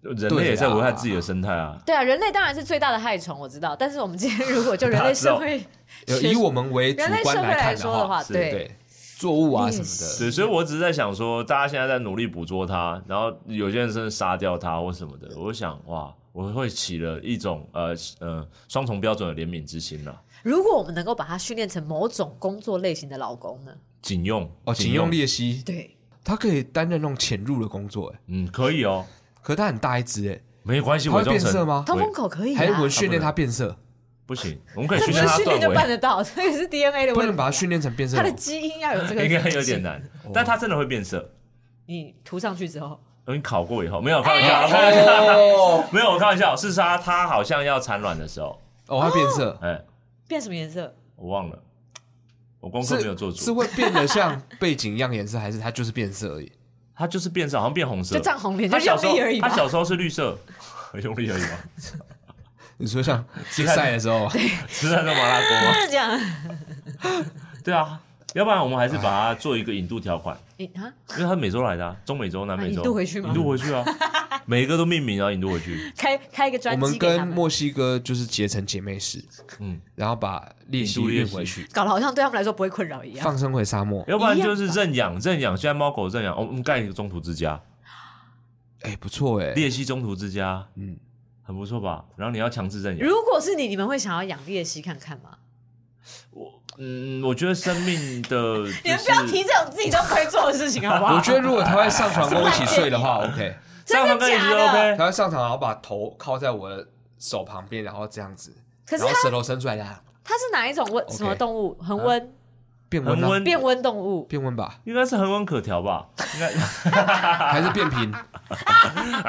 [SPEAKER 2] 人类也在危害自己的生态啊。
[SPEAKER 1] 对啊，人类当然是最大的害虫，我知道。但是我们今天如果就人类社
[SPEAKER 2] <laughs> 啊
[SPEAKER 1] 会
[SPEAKER 3] 有
[SPEAKER 1] 学
[SPEAKER 3] 以我们为
[SPEAKER 1] <laughs>
[SPEAKER 3] 主
[SPEAKER 1] 人类
[SPEAKER 3] 观
[SPEAKER 1] 社会来
[SPEAKER 3] 看
[SPEAKER 1] 说的话，
[SPEAKER 2] 是
[SPEAKER 1] 对，嗯
[SPEAKER 3] 对作物啊
[SPEAKER 1] 历
[SPEAKER 3] 什
[SPEAKER 1] 史
[SPEAKER 2] 对，
[SPEAKER 3] 么
[SPEAKER 2] 所以我只是在想说，大家现在在努力捕捉它，然后有些人甚至杀掉它或什么的。我想，哇，我会起了一种呃呃双重标准的怜悯之心了、
[SPEAKER 1] 如果我们能够把它训练成某种工作类型的老公呢？
[SPEAKER 2] 警用
[SPEAKER 3] 的哦，警用，猎蜥，
[SPEAKER 1] 对，
[SPEAKER 3] 它可以担任那种潜入的工作，哎，
[SPEAKER 2] 嗯，可以哦，
[SPEAKER 3] 可是它很大一只，哎，
[SPEAKER 2] 没关系，
[SPEAKER 3] 它会
[SPEAKER 2] 伪装
[SPEAKER 3] 变
[SPEAKER 2] 成
[SPEAKER 3] 色吗？
[SPEAKER 1] 通风口可以、啊，
[SPEAKER 3] 还是我们训练它变色，
[SPEAKER 2] 不行，我们可以
[SPEAKER 1] 这
[SPEAKER 2] 训
[SPEAKER 1] 不
[SPEAKER 2] 练
[SPEAKER 1] 是
[SPEAKER 2] 它
[SPEAKER 1] 训练就
[SPEAKER 2] 断
[SPEAKER 1] 办
[SPEAKER 2] 尾，
[SPEAKER 1] 得到，这个是 DNA 的问题啊、
[SPEAKER 3] 不能把它训练成变色
[SPEAKER 1] 它的
[SPEAKER 3] 龙。
[SPEAKER 1] 基因要有这个，
[SPEAKER 2] 应该有点。难，
[SPEAKER 3] 哦
[SPEAKER 2] 但它真的会变色。
[SPEAKER 1] 你涂上去之后，
[SPEAKER 2] 等你烤过以后，没有开
[SPEAKER 1] 哎
[SPEAKER 2] 玩笑，开玩笑，
[SPEAKER 3] 哦，
[SPEAKER 2] 没有我开玩笑，是它它好像要产卵的时候，
[SPEAKER 3] 哦，它变色，
[SPEAKER 2] 哎，
[SPEAKER 1] 变什么颜色？
[SPEAKER 2] 我忘了，我功课
[SPEAKER 3] 是
[SPEAKER 2] 没有做
[SPEAKER 3] 是
[SPEAKER 2] 足，
[SPEAKER 3] 会变得像背景一样颜色，还是它就是变色
[SPEAKER 2] <laughs>
[SPEAKER 3] 而已？
[SPEAKER 2] 它就是变色，好像变红色
[SPEAKER 1] 就，涨红脸，就
[SPEAKER 2] 他小
[SPEAKER 1] 用
[SPEAKER 2] 时候
[SPEAKER 1] 力而已
[SPEAKER 2] 他
[SPEAKER 1] 吧。
[SPEAKER 2] 小时候是绿色， <laughs> 用力而已嘛，
[SPEAKER 3] 你说像比赛的时候，
[SPEAKER 2] <laughs> 吃在那麻辣锅吗？
[SPEAKER 1] 就是 <laughs> 这样，
[SPEAKER 2] 对啊，要不然我们还是把它做一个引渡条款，
[SPEAKER 1] 你啊，
[SPEAKER 2] 因为它是美洲来的、啊，中美洲、南美洲，
[SPEAKER 1] 啊引渡回去吗
[SPEAKER 2] 引渡回
[SPEAKER 1] <laughs>
[SPEAKER 2] 去啊，每一个都命名然啊后引渡回去，
[SPEAKER 1] 开开一个
[SPEAKER 3] 我
[SPEAKER 1] 专
[SPEAKER 3] 们
[SPEAKER 1] 辑给
[SPEAKER 3] 跟
[SPEAKER 1] 他们，
[SPEAKER 3] 墨西哥就是结成姐妹市，
[SPEAKER 2] 嗯，
[SPEAKER 3] 然后把猎
[SPEAKER 2] 印
[SPEAKER 3] 蜥
[SPEAKER 2] 度猎
[SPEAKER 3] 运
[SPEAKER 2] 蜥
[SPEAKER 3] 回去，
[SPEAKER 1] 搞得好像对他们来说不会困扰一样。
[SPEAKER 3] 放生回沙漠。
[SPEAKER 2] 要不然就是认养，认养，现在猫狗认养，哦我们盖一个中途之家，
[SPEAKER 3] 哎，不错哎，
[SPEAKER 2] 猎蜥中途之家，
[SPEAKER 3] 嗯
[SPEAKER 2] 嗯，很不错吧？然后你要强制认养，
[SPEAKER 1] 如果是你，你们会想要养猎蜥看看吗？
[SPEAKER 2] 我嗯，我觉得生命
[SPEAKER 1] <laughs>
[SPEAKER 2] 的、就是，
[SPEAKER 1] 你们不要提这种自己都不会做的事情，好不好？
[SPEAKER 3] 我觉得如果它会上床跟我一起睡
[SPEAKER 1] <laughs>
[SPEAKER 3] 的话，OK，
[SPEAKER 1] 真
[SPEAKER 2] 上
[SPEAKER 1] 的
[SPEAKER 2] 堂课也
[SPEAKER 1] 假
[SPEAKER 2] 是
[SPEAKER 1] 的？
[SPEAKER 2] OK，
[SPEAKER 3] 它会上床，然后把头靠在我的手旁边，然后这样子，
[SPEAKER 1] 可
[SPEAKER 3] 然
[SPEAKER 1] 是
[SPEAKER 3] 后
[SPEAKER 1] 它
[SPEAKER 3] 舌头伸出来，这样
[SPEAKER 1] 它是哪一种温
[SPEAKER 3] OK
[SPEAKER 1] 什么动物？恒温
[SPEAKER 3] 变温
[SPEAKER 2] 恒
[SPEAKER 3] 啊，
[SPEAKER 2] 温
[SPEAKER 1] 变温动物？
[SPEAKER 3] 变温吧，
[SPEAKER 2] 应该是恒温可调吧？应该。
[SPEAKER 3] 还是变
[SPEAKER 1] <laughs>
[SPEAKER 3] 平，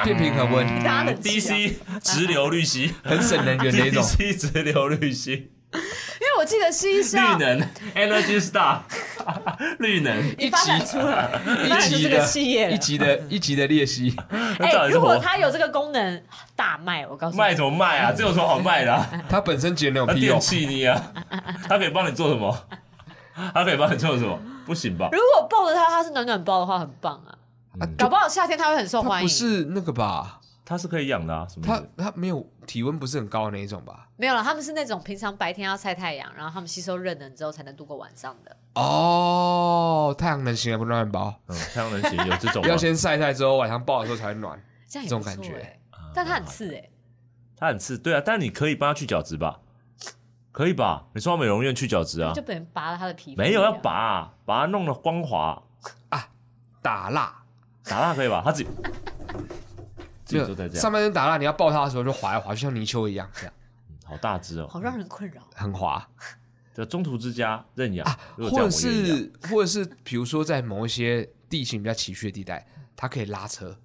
[SPEAKER 3] 变平和温，
[SPEAKER 1] 大家冷静啊
[SPEAKER 2] DC 直流绿蜥
[SPEAKER 3] 很省能源的
[SPEAKER 1] <laughs>
[SPEAKER 3] 一种。
[SPEAKER 2] ，DC 直流绿蜥，
[SPEAKER 1] 因为我记得蜥蜴是啊
[SPEAKER 2] 绿
[SPEAKER 1] 要
[SPEAKER 2] 能 Energy Star，绿能，
[SPEAKER 1] 你发展出来，你发
[SPEAKER 3] 一
[SPEAKER 1] 展出
[SPEAKER 3] 级
[SPEAKER 1] 这
[SPEAKER 3] 的
[SPEAKER 1] 个企业了
[SPEAKER 3] 一。级的一级的裂隙，
[SPEAKER 2] 那 <laughs> 到
[SPEAKER 1] 哎，
[SPEAKER 2] 底是
[SPEAKER 1] 如果
[SPEAKER 2] 我
[SPEAKER 1] 它有这个功能，大卖！我告诉你，
[SPEAKER 2] 卖什么卖啊？这有什么好卖的、
[SPEAKER 1] 哎
[SPEAKER 2] 啊？
[SPEAKER 3] 它本身节能有
[SPEAKER 2] 它
[SPEAKER 3] 屁哦用
[SPEAKER 2] 电？器你啊，它可以帮你做什么？它可以帮你做什么？不行吧？
[SPEAKER 1] 如果抱着它，它是暖暖包的话，很棒啊！
[SPEAKER 2] 嗯
[SPEAKER 1] 搞不好夏天它会很受
[SPEAKER 3] 它
[SPEAKER 1] 欢
[SPEAKER 3] 不
[SPEAKER 1] 迎。
[SPEAKER 3] 是那个吧？
[SPEAKER 2] 它是可以养的啊，什么意
[SPEAKER 3] 它
[SPEAKER 2] 思？
[SPEAKER 3] 它没有体温不是很高的那一种吧？
[SPEAKER 1] 没有了，他们是那种平常白天要晒太阳，然后他们吸收热能之后才能度过晚上的。
[SPEAKER 3] 哦，太阳能型的不暖包，
[SPEAKER 2] 嗯，太阳能型有这种啊吗
[SPEAKER 3] 要？先晒晒之后晚上抱的时候才会暖。
[SPEAKER 1] 这样也
[SPEAKER 3] 这
[SPEAKER 1] 不
[SPEAKER 3] 种
[SPEAKER 1] 错、
[SPEAKER 3] 感觉
[SPEAKER 1] 欸。但它很刺哎、
[SPEAKER 2] 它很刺，对啊，但你可以帮它去角质吧？可以吧？你说到美容院去角质啊
[SPEAKER 1] 就？被人拔了它的皮肤。
[SPEAKER 2] 没有，要。拔、啊，把它弄得光滑，
[SPEAKER 3] 打蜡，
[SPEAKER 2] 打蜡可以吧？它自己自己
[SPEAKER 3] 就
[SPEAKER 2] 都在这样
[SPEAKER 3] 上。半身打蜡，你要抱它的时候就滑来滑去，像泥鳅一样，这样
[SPEAKER 2] 好大只哦！
[SPEAKER 1] 好让人困扰。
[SPEAKER 3] 很滑
[SPEAKER 2] 的中途之家认养
[SPEAKER 3] 啊。
[SPEAKER 2] 如
[SPEAKER 3] 或
[SPEAKER 2] 果
[SPEAKER 3] 者
[SPEAKER 2] 这样我愿意养
[SPEAKER 3] 是或者是，比如说在某一些地形比较崎岖的地带，它可以拉车，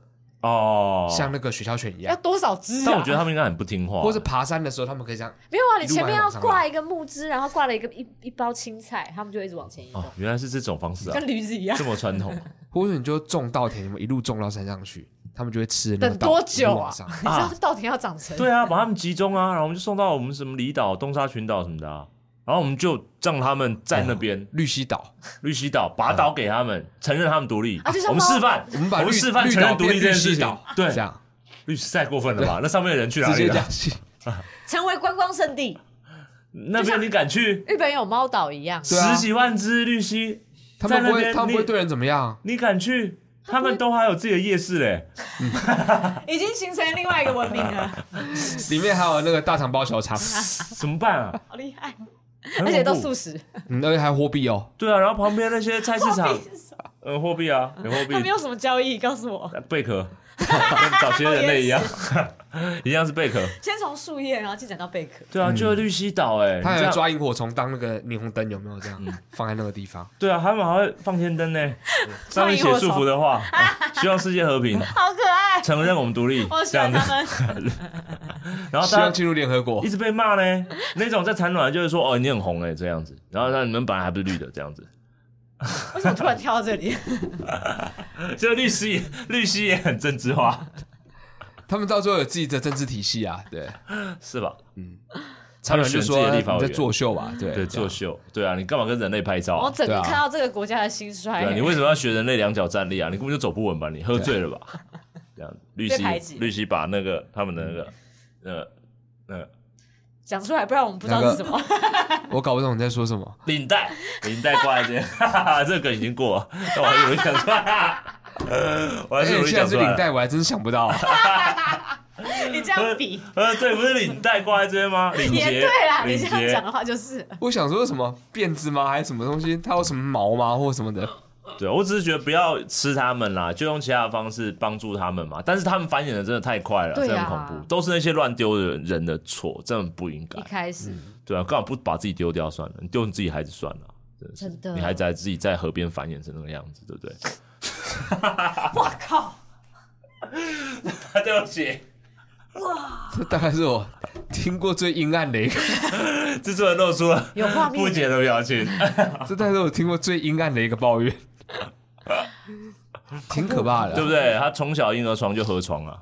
[SPEAKER 2] 哦，
[SPEAKER 3] 像那个雪橇犬一
[SPEAKER 1] 要
[SPEAKER 3] 样。
[SPEAKER 1] 多少只啊？
[SPEAKER 2] 但我觉得他们应该很不听话，啊
[SPEAKER 3] 或者爬山的时候，他们可以这样
[SPEAKER 1] 没有啊，你
[SPEAKER 3] 一路
[SPEAKER 1] 前面
[SPEAKER 3] 往
[SPEAKER 1] 要
[SPEAKER 3] 上
[SPEAKER 1] 挂
[SPEAKER 3] 拉
[SPEAKER 1] 一个木枝，然后挂了一个一一包青菜，他们就一直往前移动，
[SPEAKER 2] 哦，原来是这种方式啊
[SPEAKER 1] 跟，驴子一样
[SPEAKER 2] 这。么传统
[SPEAKER 3] 或者你就种稻田，一路种到山上去，他们就会吃那个
[SPEAKER 1] 等
[SPEAKER 3] 稻
[SPEAKER 1] 多久
[SPEAKER 3] 一路
[SPEAKER 1] 啊
[SPEAKER 3] 往上？
[SPEAKER 1] <laughs> 你知道稻田要长成？
[SPEAKER 2] 对啊，把他们集中啊，然后我们就送到我们什么离岛、东沙群岛什么的啊，然后我们就让他们在那边
[SPEAKER 3] 绿溪岛，
[SPEAKER 2] 绿西岛拔岛给他们，承认他们独立
[SPEAKER 1] 啊就，像
[SPEAKER 2] 我们
[SPEAKER 1] 猫
[SPEAKER 2] 示范，
[SPEAKER 3] 我们把
[SPEAKER 2] 我
[SPEAKER 3] 绿
[SPEAKER 2] 们示范
[SPEAKER 3] 绿
[SPEAKER 2] 承
[SPEAKER 3] 岛
[SPEAKER 2] 认独
[SPEAKER 3] 变
[SPEAKER 2] 立这
[SPEAKER 3] 绿
[SPEAKER 2] 件事
[SPEAKER 3] 溪
[SPEAKER 2] 情
[SPEAKER 3] 岛，，
[SPEAKER 2] 对
[SPEAKER 3] 这，样
[SPEAKER 2] 绿是太过分了吧？那上面的人去哪里
[SPEAKER 3] 直接这
[SPEAKER 2] 了
[SPEAKER 3] 样？去，
[SPEAKER 1] 成为观光圣地。
[SPEAKER 2] 那边你敢去？
[SPEAKER 1] 日本有猫岛一样，
[SPEAKER 3] 对啊
[SPEAKER 2] 十几万只绿蜥，
[SPEAKER 3] 他们不
[SPEAKER 2] 在那
[SPEAKER 3] 会，
[SPEAKER 2] 边
[SPEAKER 3] 他们不会
[SPEAKER 2] 你
[SPEAKER 3] 对人怎么样？
[SPEAKER 2] 你敢去？他们都还有自己的夜市嘞，
[SPEAKER 1] 已经形成另外一个文明了，
[SPEAKER 2] <laughs>
[SPEAKER 3] 里面还有那个大肠包小肠， <laughs>
[SPEAKER 2] 怎么办啊？
[SPEAKER 1] 好厉害！
[SPEAKER 2] 很
[SPEAKER 1] 而且
[SPEAKER 2] 恐
[SPEAKER 1] 都
[SPEAKER 2] 怖
[SPEAKER 1] 素食，
[SPEAKER 3] 嗯，而且还有货币哦，
[SPEAKER 2] 对啊，然后旁边那些菜市场
[SPEAKER 1] 货，币是什么
[SPEAKER 2] 呃，货币啊，有货币
[SPEAKER 1] 他，
[SPEAKER 2] 呃
[SPEAKER 1] 没有什么交易，告诉我，
[SPEAKER 2] 贝壳， <laughs> 跟早些人类一样， <laughs> 一样是贝壳。
[SPEAKER 1] 先从树叶，然后进展到贝壳。
[SPEAKER 2] 对啊，就是绿西岛哎，
[SPEAKER 3] 嗯
[SPEAKER 2] 你
[SPEAKER 3] 他还
[SPEAKER 2] 这
[SPEAKER 3] 有
[SPEAKER 2] 样
[SPEAKER 3] 抓萤火虫当那个霓虹灯，有没有这样
[SPEAKER 2] 嗯
[SPEAKER 3] 放在那个地方？
[SPEAKER 2] 对啊，他们还会放天
[SPEAKER 1] <laughs>
[SPEAKER 2] 灯呢，上面写祝福的话，啊希望世界和
[SPEAKER 1] <laughs>
[SPEAKER 2] 平，
[SPEAKER 1] 好可爱，
[SPEAKER 2] 承认我们独立
[SPEAKER 1] 我，喜
[SPEAKER 2] 这样
[SPEAKER 1] 欢
[SPEAKER 2] 子
[SPEAKER 1] 他。们。
[SPEAKER 2] 然后
[SPEAKER 3] 希
[SPEAKER 2] 大家
[SPEAKER 3] 望进入联合国
[SPEAKER 2] 一。直被骂呢，那种在产卵就是说哦你很红哎这样子，然后让你们本来还不是绿的这样子， <laughs>
[SPEAKER 1] 为什么突然跳到这里？
[SPEAKER 2] 这个绿蜥绿蜥也很政治化
[SPEAKER 3] 他们到最后有自己的政治体系啊，对，
[SPEAKER 2] 是吧？
[SPEAKER 3] 他
[SPEAKER 2] 他
[SPEAKER 3] 们
[SPEAKER 2] 们选自己
[SPEAKER 3] 就说
[SPEAKER 2] 的立
[SPEAKER 3] 你
[SPEAKER 2] 法委员嗯
[SPEAKER 3] 在作秀吧，对，
[SPEAKER 2] 对，作
[SPEAKER 3] 秀。
[SPEAKER 2] 秀，对啊，你干嘛跟人类拍照
[SPEAKER 1] 我
[SPEAKER 2] 啊？
[SPEAKER 1] 整
[SPEAKER 3] 对
[SPEAKER 1] 个
[SPEAKER 3] 啊
[SPEAKER 1] 看到这个国家的兴衰、
[SPEAKER 2] 对啊，你为什么要学人类两脚站立啊？你根本就走不稳吧？你喝醉了吧？这样子，绿
[SPEAKER 1] 啊被排挤
[SPEAKER 2] 蜥绿蜥把那个他们的那个呃呃
[SPEAKER 1] 讲出来，不然我们不知道
[SPEAKER 3] 那个
[SPEAKER 1] 是什么。
[SPEAKER 3] 我搞不懂你在说什么。
[SPEAKER 2] 领带领带挂在这，哈哈哈，这个已经过了，但我还以为想出来啊，呃 <laughs> 我还
[SPEAKER 3] 而
[SPEAKER 2] 是
[SPEAKER 3] 且
[SPEAKER 2] 容易
[SPEAKER 3] 哎现在
[SPEAKER 2] 讲
[SPEAKER 3] 是
[SPEAKER 2] 出
[SPEAKER 3] 领
[SPEAKER 2] 来了。
[SPEAKER 3] 带，我还真想不到。啊
[SPEAKER 1] <laughs> 你这样
[SPEAKER 2] <laughs>
[SPEAKER 1] 比
[SPEAKER 2] 呃，对，不是领带挂在这边吗？领
[SPEAKER 1] 也
[SPEAKER 2] 结，
[SPEAKER 1] 对啦，你
[SPEAKER 2] 领
[SPEAKER 1] 这样
[SPEAKER 2] 结
[SPEAKER 1] 讲，的话就是
[SPEAKER 3] <laughs> 我想说什么辫子吗？还是什么东西？它有什么毛吗？或什么的？
[SPEAKER 2] 对我只是觉得不要吃他们啦，就用其他的方式帮助他们嘛。但是他们繁衍的真的太快了，
[SPEAKER 1] 对
[SPEAKER 2] 真
[SPEAKER 1] 啊
[SPEAKER 2] 的很恐怖，都是那些乱丢的人的错，真的不应该
[SPEAKER 1] 一。开始、
[SPEAKER 2] 对啊，干嘛不把自己丢掉算了？你丢你自己孩子算了，真的是
[SPEAKER 1] 真的
[SPEAKER 2] 你孩子还自己在河边繁衍成那个样子，对不对？
[SPEAKER 1] 我靠，
[SPEAKER 2] 对不起，
[SPEAKER 3] 这大概是我听过最阴暗的一个，
[SPEAKER 2] 制作人露出了
[SPEAKER 1] 有画
[SPEAKER 2] 不
[SPEAKER 1] 面
[SPEAKER 2] 解的表情。
[SPEAKER 3] <laughs> 这大概是我听过最阴暗的一个抱怨， <laughs> 挺可怕的
[SPEAKER 2] 对
[SPEAKER 3] 啊。
[SPEAKER 2] 不对？他从小婴儿床就合床啊，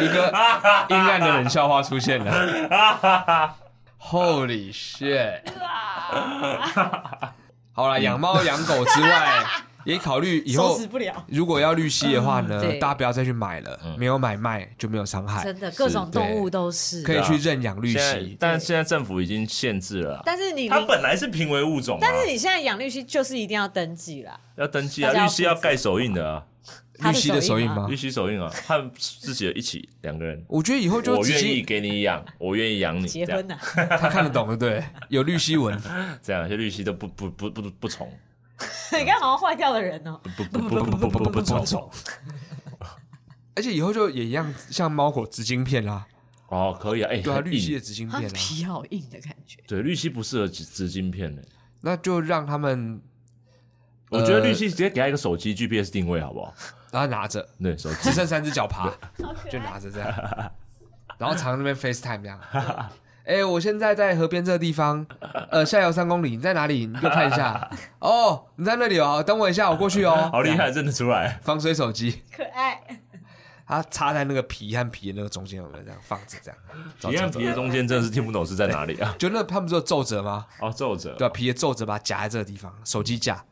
[SPEAKER 3] 一个阴暗的冷笑话出现了。
[SPEAKER 1] <laughs>
[SPEAKER 3] Holy shit！好了，养猫养狗
[SPEAKER 1] <laughs>
[SPEAKER 3] 之外，也考虑以
[SPEAKER 1] 收
[SPEAKER 3] 后
[SPEAKER 1] 拾不了，
[SPEAKER 3] 如果要绿蜥的话呢
[SPEAKER 1] 嗯，对嗯
[SPEAKER 3] 大家不要再去买了，没有买卖就没有伤
[SPEAKER 2] 哎
[SPEAKER 3] 害，
[SPEAKER 1] 真的各种动物都是。
[SPEAKER 3] 可以去认养绿
[SPEAKER 2] 现
[SPEAKER 3] 蜥
[SPEAKER 2] 在。但现在政府已经限制了啊。
[SPEAKER 1] 但是你
[SPEAKER 2] 它本来是濒危物种啊，
[SPEAKER 1] 但是你现在养绿蜥就是一定要登记啦，
[SPEAKER 2] 要登记
[SPEAKER 1] 大家
[SPEAKER 2] 啊，
[SPEAKER 1] 要
[SPEAKER 2] 律师要盖手印的啊，
[SPEAKER 1] 它
[SPEAKER 3] 绿蜥的手印
[SPEAKER 1] 印
[SPEAKER 3] 吗
[SPEAKER 2] 律？师手印啊，和自己的一起两个人，
[SPEAKER 3] 我觉得以后就
[SPEAKER 2] 我
[SPEAKER 3] 直
[SPEAKER 2] 愿意
[SPEAKER 3] 接
[SPEAKER 2] 给你养，我愿意养你，
[SPEAKER 1] 结
[SPEAKER 2] 这样
[SPEAKER 1] 婚啊
[SPEAKER 2] <laughs>
[SPEAKER 1] 呐、
[SPEAKER 3] 他看得懂的，对，有绿蜥纹，
[SPEAKER 2] 这样，有些律师都不不不不不从，
[SPEAKER 1] 你看好像坏掉的人哦、
[SPEAKER 2] 不不不不不不不不从。。
[SPEAKER 3] 而且以后就也一样，像猫狗纸巾片啦，
[SPEAKER 2] 哦，可以啊，哎，
[SPEAKER 3] 对啊，
[SPEAKER 2] 很
[SPEAKER 3] 绿蜥的
[SPEAKER 2] 硬，
[SPEAKER 3] 纸巾
[SPEAKER 1] 它
[SPEAKER 3] 片啊，
[SPEAKER 1] 皮好硬的感觉，
[SPEAKER 2] 对，律师不适合纸纸巾片的，
[SPEAKER 3] 那就让他们
[SPEAKER 2] 我觉得律师直接给他一个手机 GPS 定位好不好？
[SPEAKER 3] 然后拿着，
[SPEAKER 2] 对，手机
[SPEAKER 3] 只剩三只脚爬，
[SPEAKER 1] <laughs> 好可
[SPEAKER 3] 就
[SPEAKER 1] 爱。
[SPEAKER 3] 拿着这样，然后常那边 FaceTime 这样。哎、我现在在河边这个地方，呃，下游三公里，你在哪里？你给我看一下。哦，你在那里哦，等我一下，我过去哦。
[SPEAKER 2] 好厉
[SPEAKER 3] 这
[SPEAKER 2] 害，
[SPEAKER 3] 样！
[SPEAKER 2] 认得出来，
[SPEAKER 3] 防水手机，
[SPEAKER 1] 可爱，
[SPEAKER 3] 它插在那个皮和皮的那个中间，有没有这样放着？这样，
[SPEAKER 2] 皮和皮的中间真的是听不懂是在哪里啊？
[SPEAKER 3] 就那他们不是有皱褶吗？
[SPEAKER 2] 哦，皱褶，
[SPEAKER 3] 对吧、皮的皱褶把它夹在这个地方，手机架，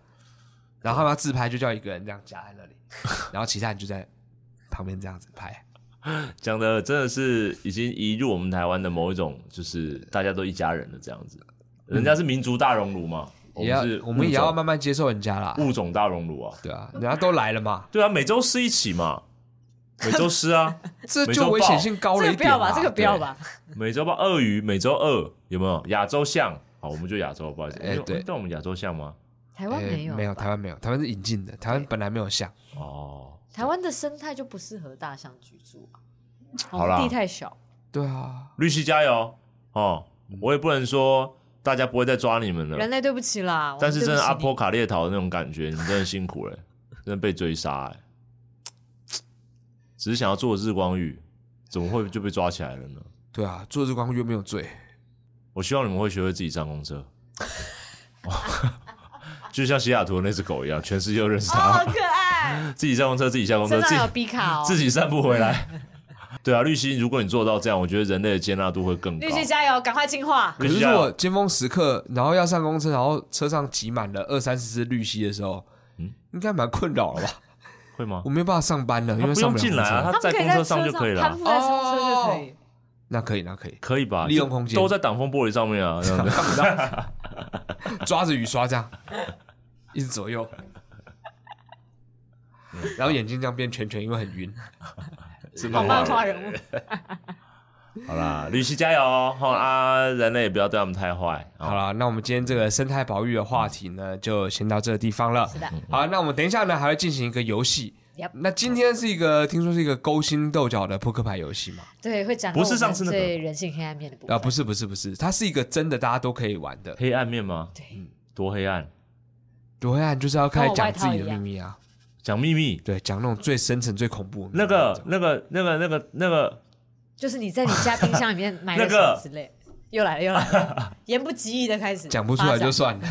[SPEAKER 3] 然后他们要自拍，就叫一个人这样夹在
[SPEAKER 2] <laughs>
[SPEAKER 3] 那里，然后其他人就在旁边这样子拍。
[SPEAKER 2] 讲的真的是已经移入我们台湾的某一种，就是大家都一家人的这样子。人家是民族大熔炉嘛，我
[SPEAKER 3] 也要
[SPEAKER 2] 们是，
[SPEAKER 3] 我们也要
[SPEAKER 2] 物种
[SPEAKER 3] 慢慢接受人家啦，
[SPEAKER 2] 物种大熔炉啊。
[SPEAKER 3] 对啊，人家都来了嘛，
[SPEAKER 2] 对啊，每周四一起嘛，每周四啊，
[SPEAKER 3] 这
[SPEAKER 2] 每
[SPEAKER 3] 就
[SPEAKER 2] 周
[SPEAKER 3] 危
[SPEAKER 2] 报
[SPEAKER 3] 险性高
[SPEAKER 1] 这
[SPEAKER 3] 了一
[SPEAKER 1] 个不
[SPEAKER 3] 点
[SPEAKER 1] 要
[SPEAKER 3] 啦
[SPEAKER 2] 啊
[SPEAKER 1] 吧，这个不要吧，
[SPEAKER 2] 每周报鳄鱼，每周二有没有亚洲象？好，我们就亚洲，不好意思。
[SPEAKER 3] 哎
[SPEAKER 2] 因为
[SPEAKER 3] 对
[SPEAKER 2] 但我们亚洲象吗？
[SPEAKER 1] 台湾
[SPEAKER 3] 哎
[SPEAKER 1] 没有吧，
[SPEAKER 3] 没有，台湾没有，台湾是引进的，台湾本来没有象，
[SPEAKER 2] 哦，
[SPEAKER 1] 台湾的生态就不适合大象居住啊，
[SPEAKER 2] 好啦
[SPEAKER 1] 我们地太小，
[SPEAKER 3] 对啊，
[SPEAKER 2] 绿蜥加油哦！我也不能说大家不会再抓你们了
[SPEAKER 1] 人，类哦对不起哦啦。
[SPEAKER 2] 但是真的阿
[SPEAKER 1] 婆，
[SPEAKER 2] 波卡列岛的那种感觉，你们真的
[SPEAKER 1] <laughs>
[SPEAKER 2] 辛苦了，真的被追杀哎。只是想要做日光浴，怎么会就被抓起来了呢？
[SPEAKER 3] 对啊，做日光浴又没有罪，
[SPEAKER 2] 我希望你们会学会自己上公
[SPEAKER 1] <laughs>
[SPEAKER 2] 车， <laughs> 就像西雅图那只狗一样，全世界都认识
[SPEAKER 1] 哦，
[SPEAKER 2] 它。
[SPEAKER 1] 好可
[SPEAKER 2] <laughs>
[SPEAKER 1] 爱，
[SPEAKER 2] 自己上公车，自己下公车，
[SPEAKER 1] 身
[SPEAKER 2] 自
[SPEAKER 1] 上还有
[SPEAKER 2] 己
[SPEAKER 1] 比卡哦。
[SPEAKER 2] 自己散步回来。 <laughs> 对啊，绿蜥，如果你做到这样，我觉得人类的接纳度会更高
[SPEAKER 1] 绿。蜥加油，赶快进化。
[SPEAKER 3] 可
[SPEAKER 2] 绿
[SPEAKER 3] 是
[SPEAKER 2] 蜥
[SPEAKER 3] 如
[SPEAKER 2] 加
[SPEAKER 3] 果
[SPEAKER 2] 油，
[SPEAKER 3] 尖峰时刻，然后要上公车，然后车上挤满了二三十只绿蜥的时候，
[SPEAKER 2] 嗯
[SPEAKER 3] 应该蛮困扰了吧？
[SPEAKER 2] 会吗
[SPEAKER 3] 我？没有办法上班了，因为
[SPEAKER 2] 不
[SPEAKER 3] 上
[SPEAKER 2] 用
[SPEAKER 3] 了
[SPEAKER 2] 进来啊，
[SPEAKER 3] 公车
[SPEAKER 2] 他在
[SPEAKER 1] 们可以在
[SPEAKER 2] 公车
[SPEAKER 1] 车
[SPEAKER 2] 上就可以
[SPEAKER 1] 他
[SPEAKER 2] 了啊哦
[SPEAKER 1] 们，在公车就可以。
[SPEAKER 3] 那可以，那可以，
[SPEAKER 2] 可以吧？
[SPEAKER 3] 利用空间
[SPEAKER 2] 都在挡风玻璃上面
[SPEAKER 3] <laughs>
[SPEAKER 2] 啊，这样子。
[SPEAKER 3] 抓着雨刷这样，一直左右，然后眼睛这样变圈圈，因为很晕。
[SPEAKER 2] 是
[SPEAKER 1] 好
[SPEAKER 2] 漫
[SPEAKER 1] 漫
[SPEAKER 2] 画
[SPEAKER 1] 画
[SPEAKER 2] 人
[SPEAKER 1] 人物，
[SPEAKER 2] 好啦，吕琦加油哦！好啊，人类也不要对他们太坏。
[SPEAKER 3] 好了，那我们今天这个生态保育的话题呢，就先到这个地方了。
[SPEAKER 1] 是的，
[SPEAKER 2] 嗯
[SPEAKER 3] 好，那我们等一下呢，还会进行一个游戏
[SPEAKER 1] Yep。
[SPEAKER 3] 那今天是一个，听说是一个勾心斗角的扑克牌游戏嘛？
[SPEAKER 1] 对，会讲
[SPEAKER 2] 不是上次那个
[SPEAKER 1] 对人性黑暗面的部分
[SPEAKER 3] 啊，不是，不是，不是，它是一个真的，大家都可以玩的。
[SPEAKER 2] 黑暗面吗？
[SPEAKER 1] 对，
[SPEAKER 2] 多黑暗？
[SPEAKER 3] 罗黑啊暗就是要开始讲自
[SPEAKER 1] 跟我外套
[SPEAKER 3] 己的
[SPEAKER 1] 一
[SPEAKER 3] 秘
[SPEAKER 1] 样
[SPEAKER 3] 密啊，
[SPEAKER 2] 讲秘密？
[SPEAKER 3] 对，讲那种最深层、最恐怖的秘密
[SPEAKER 2] 那个、那个、那个、那个、那个，
[SPEAKER 1] 就是你在你家冰箱里面买了
[SPEAKER 2] <laughs> 那
[SPEAKER 1] 什
[SPEAKER 2] 个
[SPEAKER 1] 么之类，又来了又来
[SPEAKER 2] <laughs>
[SPEAKER 1] 了，言不及义的开始
[SPEAKER 3] 讲不出来
[SPEAKER 1] 发
[SPEAKER 3] 就
[SPEAKER 1] 展
[SPEAKER 3] 算了。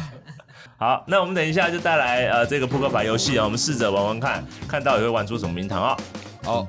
[SPEAKER 2] 好，那我们等一下就带来呃这个扑克牌游戏啊，我们试着玩玩看，看到底会玩出什么名堂啊、
[SPEAKER 3] 好，